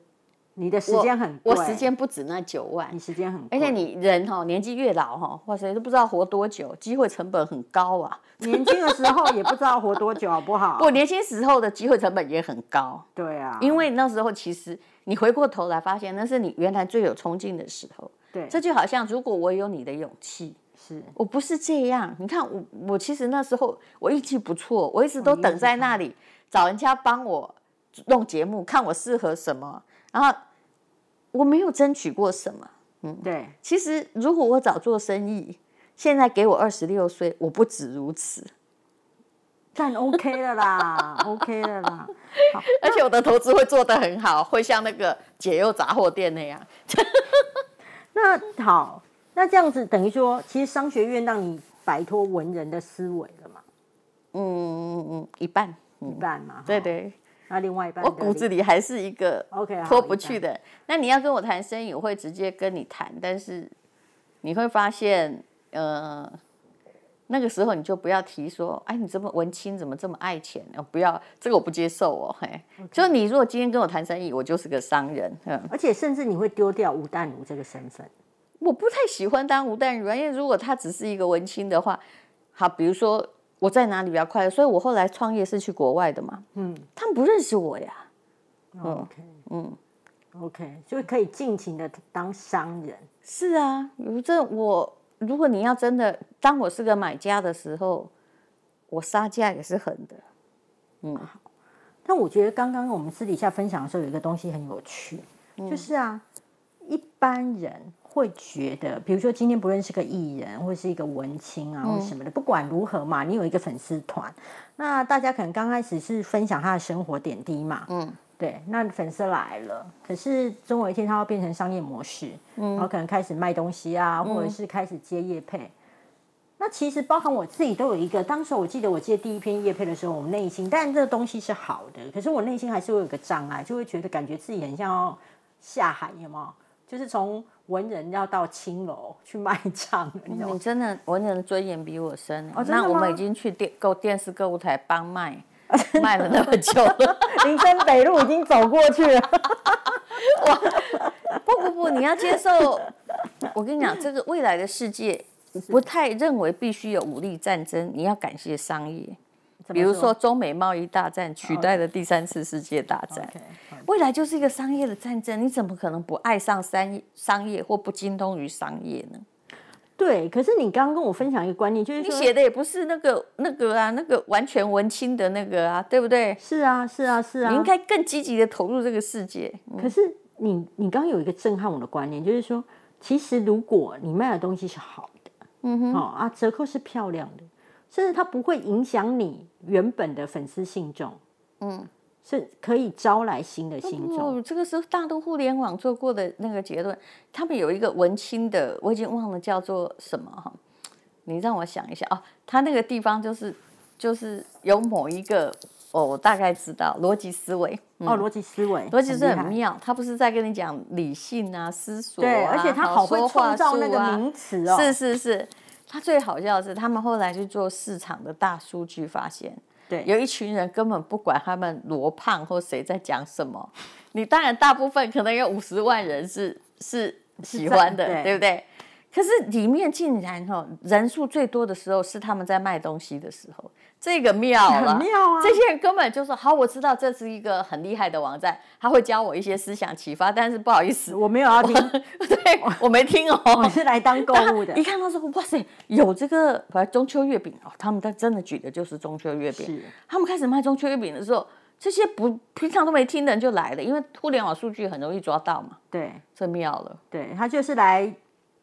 Speaker 1: 你的时
Speaker 2: 我
Speaker 1: 间很贵，嗯
Speaker 2: 我时，间不止那九万
Speaker 1: 你，时间很贵，
Speaker 2: 而且你人哈、年纪越老哈、哇塞都不知道活多久，机会成本很高啊。
Speaker 1: 年轻的时候也不知道活多久，好不好？
Speaker 2: 我年轻时候的机会成本也很高，
Speaker 1: 对啊，
Speaker 2: 因为那时候其实你回过头来发现，那是你原来最有冲劲的时候。
Speaker 1: 对
Speaker 2: 这就好像如果我有你的勇气，
Speaker 1: 是
Speaker 2: 我不是这样。你看我，我其实那时候我运气不错，我一直都等在那里找人家帮我弄节目，看我适合什么，然后我没有争取过什么。
Speaker 1: 对
Speaker 2: 其实如果我早做生意，现在给我二十六岁，我不止如此，
Speaker 1: 但 OK 了啦，OK 了啦。
Speaker 2: 而且我的投资会做得很好，会像那个解忧杂货店那样。
Speaker 1: 那好，那这样子等于说，其实商学院让你摆脱文人的思维了嘛，
Speaker 2: 嗯嗯嗯，一半。
Speaker 1: 一半嘛，
Speaker 2: 对
Speaker 1: 哈，
Speaker 2: 对，
Speaker 1: 那另外一半
Speaker 2: 我
Speaker 1: 的
Speaker 2: 骨子里还是一个
Speaker 1: OK 好
Speaker 2: 脱不去的。那你要跟我谈生意，我会直接跟你谈，但是你会发现，呃，那个时候你就不要提说，哎，你这么文青，怎么这么爱钱？哦，不要，这个我不接受哦。嘿，就是你如果今天跟我谈生意，我就是个商人，嗯，
Speaker 1: 而且甚至你会丢掉吴淡如这个身份，
Speaker 2: 我不太喜欢当吴淡如啊，因为如果他只是一个文青的话，好，比如说我在哪里比较快乐，所以我后来创业是去国外的嘛，
Speaker 1: 嗯
Speaker 2: 他们不认识我呀。
Speaker 1: ，OK，嗯，OK，就可以尽情的当商人，
Speaker 2: 是啊，如这我如果你要真的当我是个买家的时候，我杀价也是狠的。
Speaker 1: 但我觉得刚刚我们私底下分享的时候，有一个东西很有趣，就是啊，一般人会觉得，比如说今天不论是个艺人，或是一个文青啊，或什么的，不管如何嘛，你有一个粉丝团，那大家可能刚开始是分享他的生活点滴嘛，嗯。对，那粉丝来了，可是总有一天他要变成商业模式，
Speaker 2: 嗯
Speaker 1: 然后可能开始卖东西啊，或者是开始接业配。那其实包含我自己都有一个，当时我记得我接第一篇叶配的时候，我内心，但这个东西是好的，可是我内心还是会有个障碍，就会觉得感觉自己很像要下海，有没有？就是从文人要到青楼去卖唱了，你知道吗？
Speaker 2: 你真的文人的尊严比我深、欸
Speaker 1: 哦真的
Speaker 2: 那我
Speaker 1: 吗
Speaker 2: 们已经去电购电视购物台帮卖，卖了那么久了，
Speaker 1: 林森北路已经走过去了。
Speaker 2: 不不不，你要接受。 我跟你讲，这个未来的世界，我不太认为必须有武力战争，你要感谢商业， 比如说中美贸易大战取代了第三次世界大战。
Speaker 1: OK，好
Speaker 2: 未来就是一个商业的战争，你怎么可能不爱上商业商业或不精通于商业呢？
Speaker 1: 对，可是你刚刚跟我分享一个观念，就是
Speaker 2: 你
Speaker 1: 说
Speaker 2: 写的也不是那个那个啊，那个完全文青的那个啊，对不对？
Speaker 1: 是啊，是啊，是啊，
Speaker 2: 你应该更积极的投入这个世界。
Speaker 1: 可是你你刚刚有一个震撼我的观念，就是说，其实如果你卖的东西是好的，嗯哼，哦啊，折扣是漂亮的，甚至它不会影响你原本的粉丝信众，嗯，是可以招来新的信众。
Speaker 2: 不，哦这个是大都互联网做过的那个结论。他们有一个文青的，我已经忘了叫做什么哈。你让我想一下哦，他那个地方就是就是有某一个哦，我大概知道逻辑思维，
Speaker 1: 哦，逻辑思维，
Speaker 2: 逻辑思维
Speaker 1: 厉害
Speaker 2: 很妙。他不是在跟你讲理性啊、思索啊、
Speaker 1: 对，而且他好会
Speaker 2: 说话
Speaker 1: 创造那
Speaker 2: 术
Speaker 1: 个
Speaker 2: 啊
Speaker 1: 名词哦，
Speaker 2: 是是是，他最好笑的是，他们后来去做市场的大数据，发现
Speaker 1: 对，
Speaker 2: 有一群人根本不管他们罗胖或谁在讲什么。你当然大部分可能有五十万人是是喜欢的，
Speaker 1: 赞对
Speaker 2: 对不对？可是里面竟然哦，人数最多的时候是他们在卖东西的时候，这个妙了，
Speaker 1: 很妙啊
Speaker 2: 这些人根本就说好，我知道这是一个很厉害的网站，他会教我一些思想启发，但是不好意思，
Speaker 1: 我没有要听，
Speaker 2: 对我没听哦，
Speaker 1: 我是来当购物的
Speaker 2: 一，看到说哇塞，有这个反正中秋月饼哦，他们在真的举的就是中秋月饼
Speaker 1: 是。
Speaker 2: 他们开始卖中秋月饼的时候，这些不平常都没听的人就来了，因为互联网数据很容易抓到嘛，
Speaker 1: 对
Speaker 2: 这妙了。
Speaker 1: 对，他就是来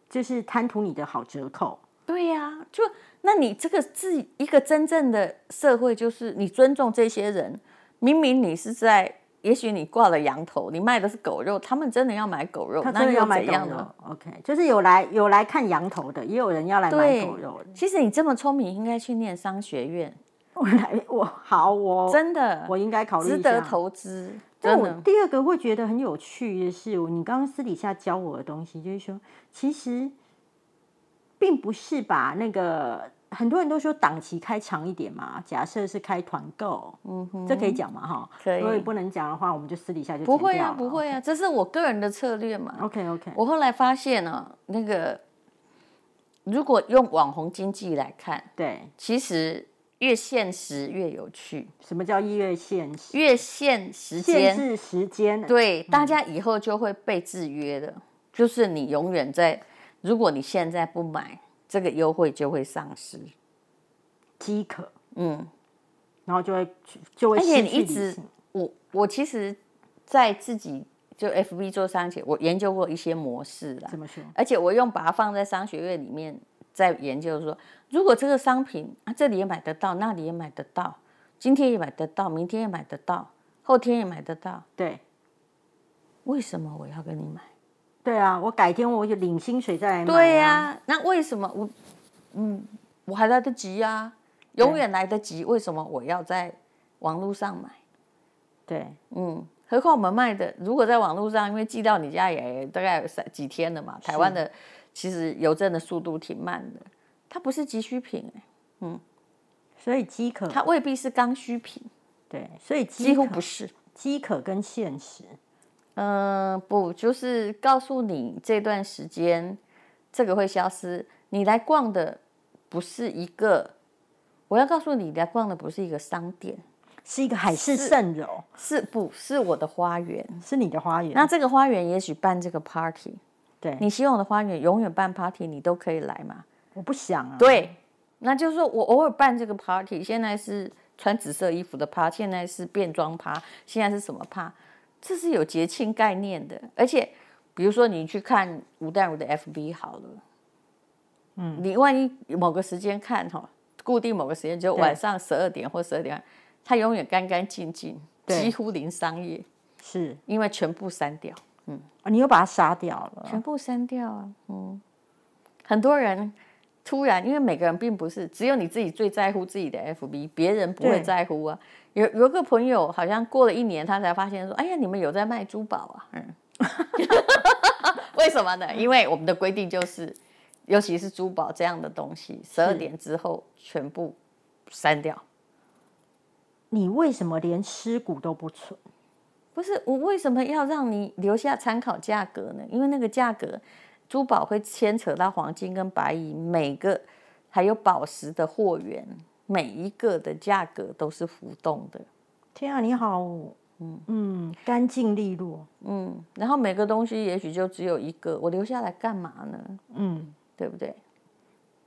Speaker 1: 就是贪图你的好折扣，
Speaker 2: 对呀、就那你这个是一个真正的社会，就是你尊重这些人。明明你是在，也许你挂了羊头，你卖的是狗肉，他们真的要买狗肉，
Speaker 1: 他
Speaker 2: 那
Speaker 1: 真的
Speaker 2: 又
Speaker 1: 要买
Speaker 2: 怎
Speaker 1: 狗
Speaker 2: 样
Speaker 1: 肉
Speaker 2: 呢？
Speaker 1: ？OK，就是有来有来看羊头的，也有人要来买
Speaker 2: 对
Speaker 1: 狗肉的。
Speaker 2: 其实你这么聪明，应该去念商学院，
Speaker 1: 我来，我好，我
Speaker 2: 真的。
Speaker 1: 我应该考虑
Speaker 2: 值
Speaker 1: 一下。
Speaker 2: 得投资，
Speaker 1: 但
Speaker 2: 真
Speaker 1: 我
Speaker 2: 的。
Speaker 1: 第二个会觉得很有趣的是，你刚刚私底下教我的东西，就是说，其实并不是把那个很多人都说档期开长一点嘛，假设是开团购，嗯哼，这可以讲嘛哈？
Speaker 2: 可以
Speaker 1: 如果不能讲的话，我们就私底下就
Speaker 2: 不会
Speaker 1: 啊
Speaker 2: 啊，，不会啊，这是我个人的策略嘛。
Speaker 1: OK OK，
Speaker 2: 我后来发现啊，那个如果用网红经济来看，
Speaker 1: 对，
Speaker 2: 其实越现实越有趣，
Speaker 1: 什么叫一月限时？
Speaker 2: 越限时
Speaker 1: 限
Speaker 2: 间，
Speaker 1: 制时间，
Speaker 2: 对大家以后就会被制约的，就是你永远在，如果你现在不买，这个优惠就会丧失。
Speaker 1: 饥渴，
Speaker 2: 嗯，
Speaker 1: 然后就会去就会
Speaker 2: 而且
Speaker 1: 失
Speaker 2: 你
Speaker 1: 去
Speaker 2: 一
Speaker 1: 理
Speaker 2: 直
Speaker 1: 性。，
Speaker 2: 我我其实，在自己就 FB 做商业，我研究过一些模式啦。
Speaker 1: 怎么说？
Speaker 2: 而且我用把它放在商学院里面在研究说，如果这个商品啊，这里也买得到，那里也买得到，今天也买得到，明天也买得到，后天也买得到，
Speaker 1: 对
Speaker 2: 为什么我要跟你买？
Speaker 1: 对啊，我改天我就领薪水再来买、啊
Speaker 2: 对啊呀、
Speaker 1: 呀、
Speaker 2: 那为什么我，嗯，我还来得及呀、永远来得及，为什么我要在网络上买？
Speaker 1: 对
Speaker 2: 嗯，何况我们卖的，如果在网络上，因为寄到你家也大概有三几天了嘛，台湾的其实邮政的速度挺慢的，它不是急需品、欸
Speaker 1: 所以饥渴，
Speaker 2: 它未必是刚需品，
Speaker 1: 对，所以饥
Speaker 2: 几乎
Speaker 1: 渴
Speaker 2: 不是。
Speaker 1: 饥渴跟现实，
Speaker 2: 嗯、不，就是告诉你这段时间这个会消失。你来逛的不是一个，我要告诉你，你来逛的不是一个商店，
Speaker 1: 是一个海市蜃楼，
Speaker 2: 是不是我的花园？
Speaker 1: 是你的花园。
Speaker 2: 那这个花园也许办这个 party，
Speaker 1: 对
Speaker 2: 你希望我的花园永远办 party，你都可以来嘛？
Speaker 1: 我不想啊，
Speaker 2: 对，那就是说我偶尔办这个 party，现在是穿紫色衣服的趴，现在是变装趴，现在是什么趴？这是有节庆概念的，而且比如说你去看吴淡如的 FB 好了，嗯，你万一某个时间看哈，固定某个时间，就晚上十二点或十二点半，它永远干干净净，
Speaker 1: 对
Speaker 2: 几乎零商业，
Speaker 1: 是
Speaker 2: 因为全部删掉。
Speaker 1: 啊你又把它杀掉了，
Speaker 2: 全部删掉啊，嗯，很多人突然，因为每个人并不是只有你自己最在乎自己的 FB，别人不会
Speaker 1: 对
Speaker 2: 在乎啊。有有个朋友好像过了一年，他才发现说，哎呀，你们有在卖珠宝啊， 嗯，为什么呢？因为我们的规定就是，尤其是珠宝这样的东西，十二点之后全部删掉。
Speaker 1: 你为什么连尸骨都不存？
Speaker 2: 不是我为什么要让你留下参考价格呢？因为那个价格，珠宝会牵扯到黄金跟白银，每个还有宝石的货源，每一个的价格都是浮动的。
Speaker 1: 天啊，你好，嗯嗯，干净利落，
Speaker 2: 嗯，然后每个东西也许就只有一个，我留下来干嘛呢？
Speaker 1: 嗯，
Speaker 2: 对不对？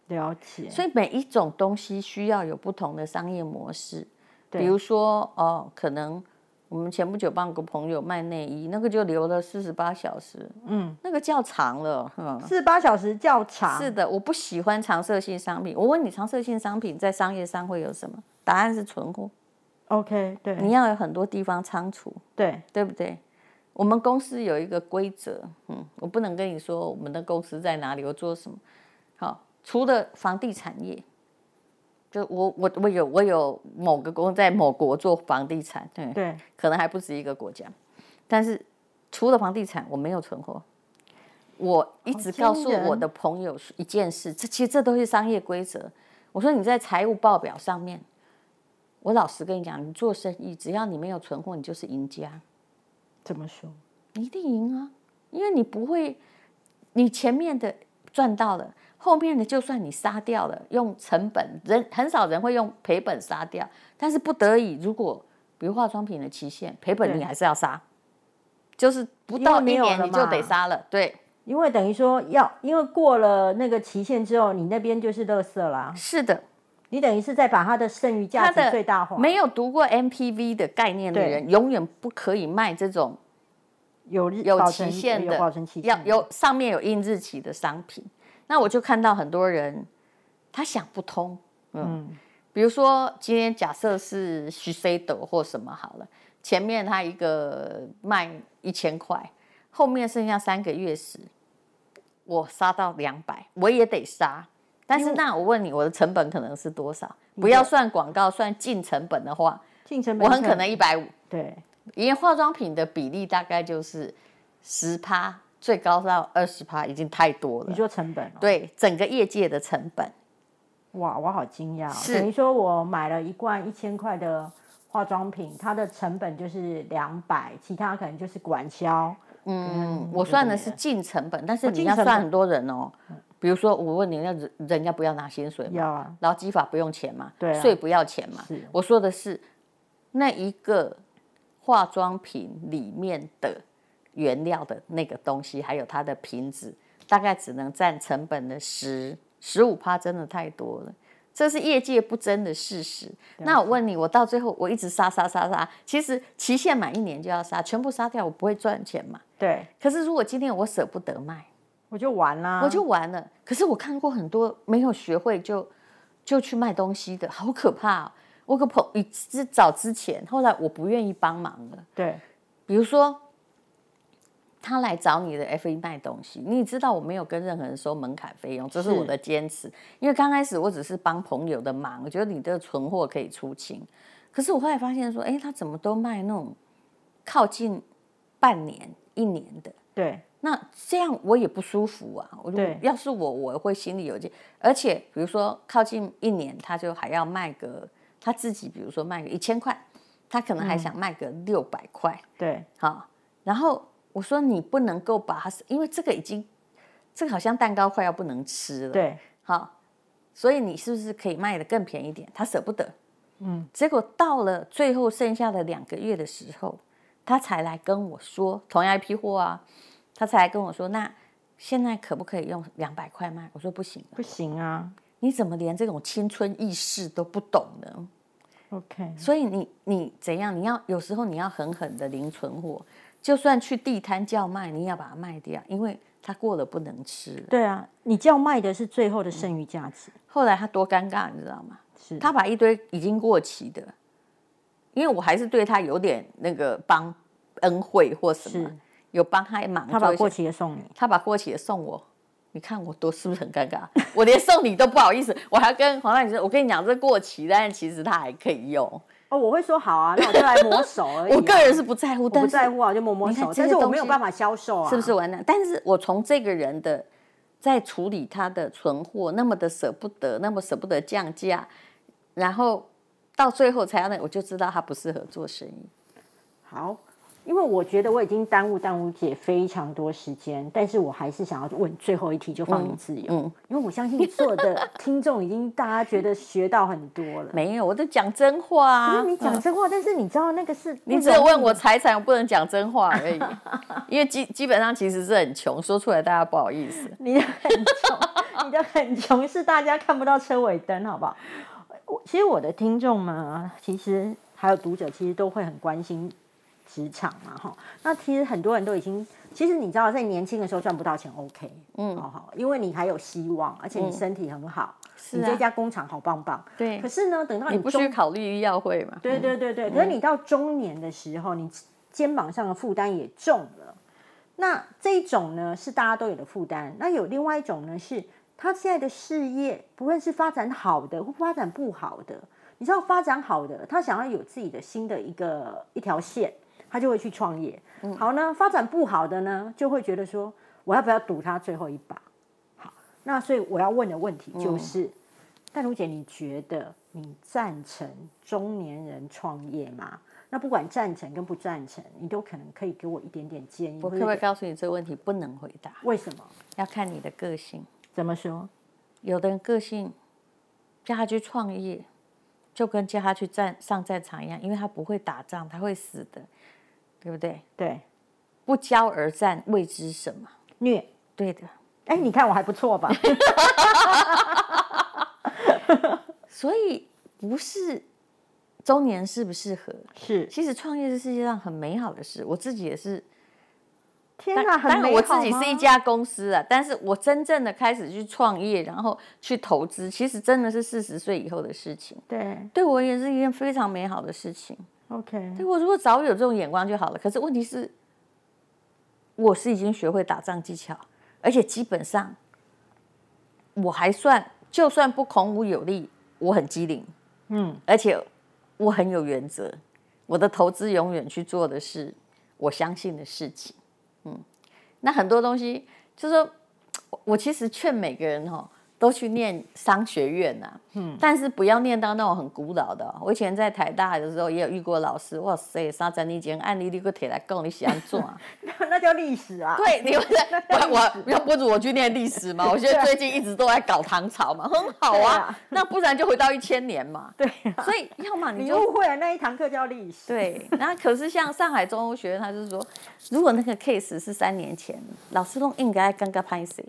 Speaker 1: 了解。
Speaker 2: 所以每一种东西需要有不同的商业模式。
Speaker 1: 对
Speaker 2: 比如说哦，可能我们前不久帮个朋友卖内衣，那个就留了四十八小时，
Speaker 1: 嗯，
Speaker 2: 那个较长了，嗯。
Speaker 1: 四十八小时较长，
Speaker 2: 是的，我不喜欢常设性商品。我问你，常设性商品在商业上会有什么？答案是存货。
Speaker 1: OK，对
Speaker 2: 你要有很多地方仓储，
Speaker 1: 对，
Speaker 2: 对不对？我们公司有一个规则，嗯，我不能跟你说我们的公司在哪里，我做什么。好，除了房地产业，就我我我有我有某个公在某国做房地产，对，
Speaker 1: 对，
Speaker 2: 可能还不止一个国家。但是除了房地产，我没有存货。我一直告诉
Speaker 1: 好惊人
Speaker 2: 我的朋友一件事，这其实这都是商业规则。我说你在财务报表上面，我老实跟你讲，你做生意只要你没有存货，你就是赢家，
Speaker 1: 怎么说？
Speaker 2: 你一定赢啊，因为你不会，你前面的赚到了，后面的就算你杀掉了，用成本人很少人会用赔本杀掉，但是不得已，如果比如化妆品的期限赔本，
Speaker 1: 对
Speaker 2: 你还是要杀，就是不
Speaker 1: 因为
Speaker 2: 到一
Speaker 1: 没有
Speaker 2: 年
Speaker 1: 了
Speaker 2: 你就
Speaker 1: 嘛
Speaker 2: 得杀了，对。
Speaker 1: 因为等于说要，因为过了那个期限之后，你那边就是垃圾啦，
Speaker 2: 是的，
Speaker 1: 你等于是在把它的剩余价
Speaker 2: 它
Speaker 1: 值
Speaker 2: 的
Speaker 1: 最大化。
Speaker 2: 没有读过 MPV 的概念的
Speaker 1: 对
Speaker 2: 人，永远不可以卖这种
Speaker 1: 有日
Speaker 2: 有
Speaker 1: 保
Speaker 2: 期
Speaker 1: 存
Speaker 2: 限
Speaker 1: 有
Speaker 2: 的
Speaker 1: 保存期
Speaker 2: 要
Speaker 1: 限，
Speaker 2: 有上面有印日期的商品。那我就看到很多人，他想不通，
Speaker 1: 嗯，
Speaker 2: 比如说今天假设是徐 C 斗或什么好了，前面他一个卖一千块，后面剩下三个月时，我杀到两百，我也得杀。但是那我问你，我的成本可能是多少？不要算广告，算净成本的话，
Speaker 1: 进成本
Speaker 2: 我很
Speaker 1: 是
Speaker 2: 可能一百五，
Speaker 1: 对
Speaker 2: 因为化妆品的比例大概就是十趴，最高到二十趴，已经太多
Speaker 1: 你
Speaker 2: 了。
Speaker 1: 说成本哦，
Speaker 2: 对整个业界的成本，
Speaker 1: 哇，我好惊讶、哦，
Speaker 2: 是
Speaker 1: 等于说我买了一罐一千块的化妆品，它的成本就是两百，其他可能就是管销，
Speaker 2: 嗯，我算的是净成本，但是
Speaker 1: 哦
Speaker 2: 你
Speaker 1: 净
Speaker 2: 要
Speaker 1: 成
Speaker 2: 算
Speaker 1: 本嗯
Speaker 2: 很多人哦。比如说，我问你，那人人家不要拿薪水吗？
Speaker 1: 要啊，
Speaker 2: 劳基法不用钱嘛，
Speaker 1: 对啊
Speaker 2: 税不要钱嘛
Speaker 1: 是。
Speaker 2: 我说的是那一个化妆品里面的原料的那个东西，还有它的瓶子，大概只能占成本的十十五趴，真的太多了。这是业界不争的事实。那我问你，我到最后我一直杀杀杀杀，其实期限满一年就要杀，全部杀掉，我不会赚钱嘛。
Speaker 1: 对，
Speaker 2: 可是如果今天我舍不得卖，
Speaker 1: 我就完啦，
Speaker 2: 我就完了。可是我看过很多没有学会就就去卖东西的，好可怕、哦！我有个朋友之早之前，后来我不愿意帮忙了。
Speaker 1: 对
Speaker 2: 比如说，他来找你的 F 一卖东西，你也知道我没有跟任何人收门槛费用，这是
Speaker 1: 是
Speaker 2: 我的坚持。因为刚开始我只是帮朋友的忙，我觉得你的存货可以出清。可是我后来发现说，哎，他怎么都卖那种靠近半年、一年的。
Speaker 1: 对，
Speaker 2: 那这样我也不舒服啊！我就
Speaker 1: 对
Speaker 2: 要是我，我会心里有些，而且比如说靠近一年，他就还要卖个他自己，比如说卖个一千块，他可能还想卖个六百块，
Speaker 1: 对
Speaker 2: 好，然后我说你不能够把它，因为这个已经，这个好像蛋糕快要不能吃了，
Speaker 1: 对，
Speaker 2: 好，所以你是不是可以卖的更便宜一点？他舍不得，
Speaker 1: 嗯，
Speaker 2: 结果到了最后剩下的两个月的时候，他才来跟我说，同样一批货啊，他才来跟我说，那现在可不可以用两百块卖？我说不行，
Speaker 1: 不行啊
Speaker 2: 你怎么连这种青春意识都不懂呢？
Speaker 1: ，OK，
Speaker 2: 所以你你怎样？你要有时候你要狠狠的零存货，就算去地摊叫卖，你也要把它卖掉，因为它过了不能吃了。
Speaker 1: 对啊，你叫卖的是最后的剩余价值，
Speaker 2: 后来他多尴尬，你知道吗？
Speaker 1: 是
Speaker 2: 他把一堆已经过期的，因为我还是对他有点那个帮恩惠或什么
Speaker 1: 是，
Speaker 2: 有帮他忙
Speaker 1: 他
Speaker 2: 做
Speaker 1: 把
Speaker 2: 一些
Speaker 1: 过期的送你，
Speaker 2: 他把过期的送我，你看我多是不是很尴尬？ 我连送你都不好意思，我还跟黄大姐说，我跟你讲这过期，但是其实它还可以用。
Speaker 1: 哦，我会说好啊，那我就来磨 手而已、啊，
Speaker 2: 我个人是不在乎，
Speaker 1: 我
Speaker 2: 但
Speaker 1: 不
Speaker 2: 是
Speaker 1: 在乎啊，我就磨磨
Speaker 2: 你看
Speaker 1: 手，
Speaker 2: 这
Speaker 1: 但
Speaker 2: 些
Speaker 1: 是我
Speaker 2: 东
Speaker 1: 没有
Speaker 2: 西
Speaker 1: 办法销售啊，
Speaker 2: 是不是完蛋？但是我从这个人的在处理他的存货，那么的舍不得，那么舍不得降价，然后到最后才要那，我就知道他不适合做生意。
Speaker 1: 好，因为我觉得我已经耽误耽误姐非常多时间，但是我还是想要问最后一题，就放你
Speaker 2: 嗯
Speaker 1: 自由，因为我相信所有的听众已经大家觉得学到很多了。
Speaker 2: 没有，我在讲真话
Speaker 1: 因
Speaker 2: 啊
Speaker 1: 为。你讲真话，但是你知道那个是
Speaker 2: 你只有问我财产，我不能讲真话 而已，因为基基本上其实是很穷，说出来大家不好意思。
Speaker 1: 你的很穷，你的很穷是大家看不到车尾灯，好不好？我其实我的听众嘛，其实还有读者，其实都会很关心职场嘛，哈。那其实很多人都已经，其实你知道，在年轻的时候赚不到钱，OK，嗯，好好，因为你还有希望，而且你身体很好，
Speaker 2: 嗯啊
Speaker 1: 你这家工厂好棒棒。
Speaker 2: 对
Speaker 1: 可是呢，等到
Speaker 2: 你
Speaker 1: 你
Speaker 2: 不
Speaker 1: 中
Speaker 2: 需考虑医药会嘛？
Speaker 1: 对对对对，可是你到中年的时候，你肩膀上的负担也重了。那这一种呢，是大家都有的负担。那有另外一种呢，是他现在的事业，不论是发展好的或发展不好的，你知道发展好的，他想要有自己的新的一个一条线，他就会去创业。
Speaker 2: 嗯
Speaker 1: 好呢，发展不好的呢，就会觉得说，我要不要赌他最后一把？那所以我要问的问题
Speaker 2: 嗯
Speaker 1: 就是，淡如姐，你觉得你赞成中年人创业吗？那不管赞成跟不赞成，你都可能可以给我一点点建议。
Speaker 2: 我
Speaker 1: 或
Speaker 2: 可
Speaker 1: 者
Speaker 2: 不可以
Speaker 1: 给
Speaker 2: 告诉你这个问题不能回答？
Speaker 1: 为什么？
Speaker 2: 要看你的个性。
Speaker 1: 怎么说？
Speaker 2: 有的人个性叫他去创业，就跟叫他去战上战场一样，因为他不会打仗，他会死的，对不对？
Speaker 1: 对，
Speaker 2: 不教而战，谓之什么？
Speaker 1: 虐。
Speaker 2: 对的。
Speaker 1: 哎、你看我还不错 吧？
Speaker 2: 所以不是中年适不适合？
Speaker 1: 是，
Speaker 2: 其实创业是世界上很美好的事，我自己也是。
Speaker 1: 天
Speaker 2: 但
Speaker 1: 哪，很
Speaker 2: 当然
Speaker 1: 美
Speaker 2: 我自
Speaker 1: 好
Speaker 2: 己是一
Speaker 1: 吗
Speaker 2: 家公司啊，但是我真正的开始去创业，然后去投资，其实真的是四十岁以后的事情。
Speaker 1: 对
Speaker 2: 对我也是一件非常美好的事情。
Speaker 1: ，OK，
Speaker 2: 对我如果早有这种眼光就好了。可是问题是，我是已经学会打仗技巧，而且基本上我还算，就算不孔武有力，我很机灵，
Speaker 1: 嗯，
Speaker 2: 而且我很有原则。我的投资永远去做的是我相信的事情。嗯，那很多东西就是说，我我其实劝每个人哦，都去念商学院呐、嗯，但是不要念到那种很古老的哦、我以前在台大的时候也有遇过老师，哇塞，三十年前按你你个铁来供，你喜欢做啊？
Speaker 1: 那叫历史啊。
Speaker 2: 对， 你们在我我要不如我去念历 史嘛，我现在最近一直都在搞唐朝嘛，很好
Speaker 1: 对
Speaker 2: 啊，
Speaker 1: 啊
Speaker 2: 那不然就回到一千年 嘛。
Speaker 1: 对啊，
Speaker 2: 所以要么你
Speaker 1: 你
Speaker 2: 就
Speaker 1: 误会了，那一堂课叫历史。
Speaker 2: 对，那可是像上海中欧学院，他就是说，如果那个 case 是三年前，老师都应该刚刚拍谁，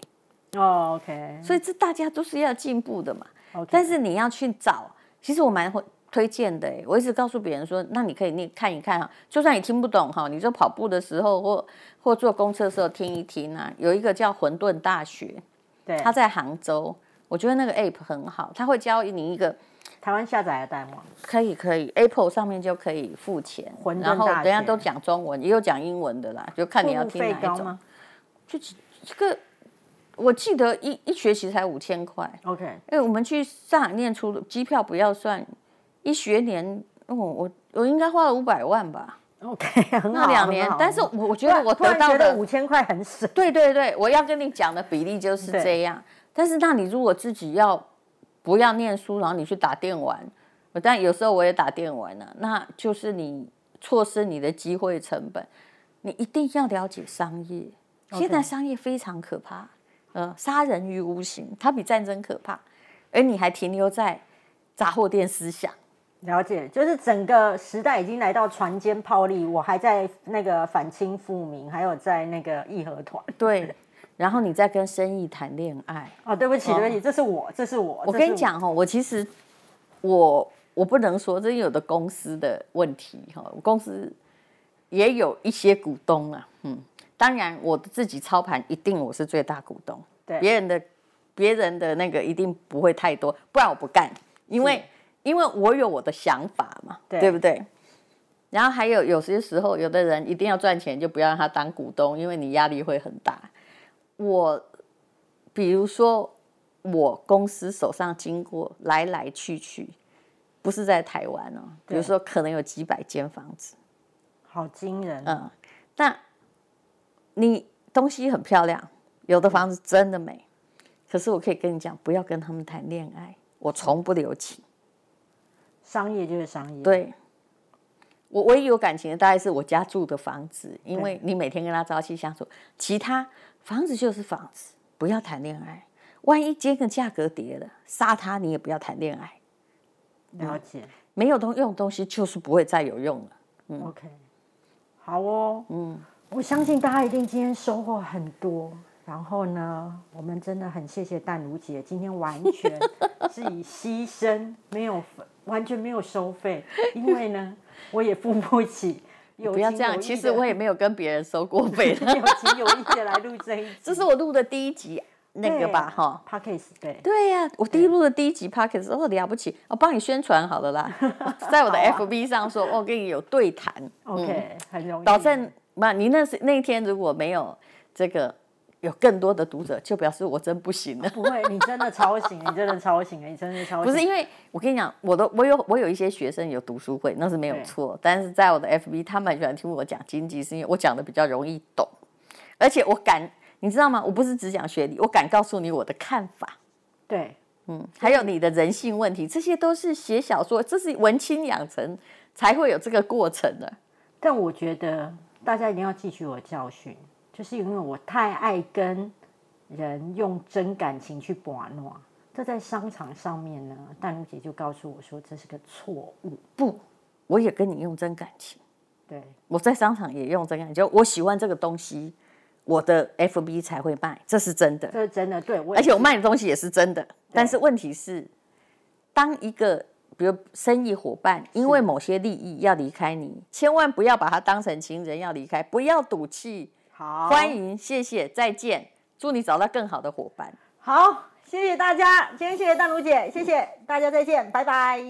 Speaker 1: 哦，OK，
Speaker 2: 所以这大家都是要进步的嘛。
Speaker 1: OK
Speaker 2: 但是你要去找，其实我蛮会推荐的诶，欸我一直告诉别人说，那你可以那看一看哈，就算你听不懂哈，你就跑步的时候或或坐公车的时候听一听啊。有一个叫混沌大学，
Speaker 1: 对，
Speaker 2: 它在杭州，我觉得那个 app 很好，它会教你一个。
Speaker 1: 台湾下载的代码，
Speaker 2: 可以可以，Apple 上面就可以付钱
Speaker 1: 混，沌
Speaker 2: 然后
Speaker 1: 大
Speaker 2: 人家
Speaker 1: 学
Speaker 2: 都讲中文，也有讲英文的啦，就看你要
Speaker 1: 服务
Speaker 2: 听
Speaker 1: 费
Speaker 2: 哪一
Speaker 1: 高
Speaker 2: 种
Speaker 1: 吗。
Speaker 2: 就几这个，我记得一一学期才五千块，
Speaker 1: ？OK，
Speaker 2: 因为我们去上海念书，机票不要算，一学年，哦，我我应该花了五百万吧，
Speaker 1: OK，很好，
Speaker 2: 那两
Speaker 1: 啊很
Speaker 2: 年
Speaker 1: 好。啊
Speaker 2: 但是我我觉得我
Speaker 1: 突然
Speaker 2: 得到
Speaker 1: 觉
Speaker 2: 的
Speaker 1: 得五千块很省。
Speaker 2: 对对对，我要跟你讲的比例就是
Speaker 1: 对
Speaker 2: 这样。但是，那你如果自己要不要念书，然后你去打电玩，我但有时候我也打电玩呢、那就是你错失你的机会成本。你一定要了解商业，现在商业非常可怕，呃，杀人于无形，它比战争可怕，而你还停留在杂货店思想。
Speaker 1: 了解，就是整个时代已经来到船坚炮利，我还在那个反清复明，还有在那个义和团。
Speaker 2: 对，然后你再跟生意谈恋爱。
Speaker 1: 哦，对不起，对不起，这是我，这是我。
Speaker 2: 我
Speaker 1: 这
Speaker 2: 跟
Speaker 1: 是
Speaker 2: 你，讲哦，我其实我我不能说，这有的公司的问题哈、哦，公司也有一些股东啊，嗯，当然我自己操盘一定我是最大股东，
Speaker 1: 对
Speaker 2: 别人的别人的那个一定不会太多，不然我不干，因为因为我有我的想法嘛，
Speaker 1: 对
Speaker 2: 不对？然后还有有些时候，有的人一定要赚钱，就不要让他当股东，因为你压力会很大。我比如说，我公司手上经过来来去去，不是在台湾哦，比如
Speaker 1: 对
Speaker 2: 说可能有几百间房子，
Speaker 1: 好惊人，
Speaker 2: 嗯，那你东西很漂亮，有的房子真的美，可是我可以跟你讲，不要跟他们谈恋爱，我从不留情。
Speaker 1: 商业就是商业，，
Speaker 2: 对，我唯一有感情的大概是我家住的房子，因为你每天跟他朝夕相处，其他房子就是房子，不要谈恋爱。万一今天的价格跌了，杀他你也不要谈恋爱，
Speaker 1: 了解。
Speaker 2: 没有东用的东西就是不会再有用了。
Speaker 1: OK，好哦，嗯，我相信大家一定今天收获很多。然后呢，我们真的很谢谢淡如姐，今天完全是以牺牲，没有完全没有收费，因为 呢，我也付不起。有
Speaker 2: 不要
Speaker 1: 情
Speaker 2: 这样，
Speaker 1: 有义
Speaker 2: 其实
Speaker 1: 的
Speaker 2: 我也没有跟别人收过费 的，
Speaker 1: 有情有义的来录这一集，
Speaker 2: 这是我录的第一集那个吧，哈。嗯
Speaker 1: p o d c a s t 对，
Speaker 2: 对呀、我第一录的第一集 p o c k e t 哦了不起，我、帮你宣传好 了啦，我在我的 FB 上说，我、跟你有对谈
Speaker 1: 啊 OK，、很嗯容易。
Speaker 2: 保证那你那是那一天如果没有这个有更多的读者，就表示我真不行 了。
Speaker 1: 不会，你真的超醒，你真的超醒了，你真的超
Speaker 2: 不
Speaker 1: 醒。
Speaker 2: 是因为我跟你讲，我都我有我有一些学生有读书会，那是没有
Speaker 1: 对
Speaker 2: 错。但是在我的 FB，他们很喜欢听我讲经济，是因为我讲的比较容易懂，而且我敢，你知道吗？我不是只讲学历，我敢告诉你我的看法。
Speaker 1: 对，
Speaker 2: 还有你的人性问题，这些都是写小说，这是文青养成才会有这个过程的。
Speaker 1: 但我觉得大家一定要汲取我的教训，就是因为我太爱跟人用真感情去把弄。这在商场上面呢，淡如姐就告诉我说这是个错误。
Speaker 2: 不，我也跟你用真感情，
Speaker 1: 对，
Speaker 2: 我在商场也用真感情，就我喜欢这个东西，我的 FB 才会卖，这是真的。
Speaker 1: 这是真的。对，我也
Speaker 2: 而且我
Speaker 1: 是
Speaker 2: 卖的东西也是真的。但是问题是，当一个比如生意伙伴因为某些利益要离开你，千万不要把它当成情人要离开，不要赌气。
Speaker 1: 好，
Speaker 2: 欢迎，谢谢，再见，祝你找到更好的伙伴。
Speaker 1: 好，谢谢大家，今天谢谢淡如姐，谢谢大家，再见，拜拜。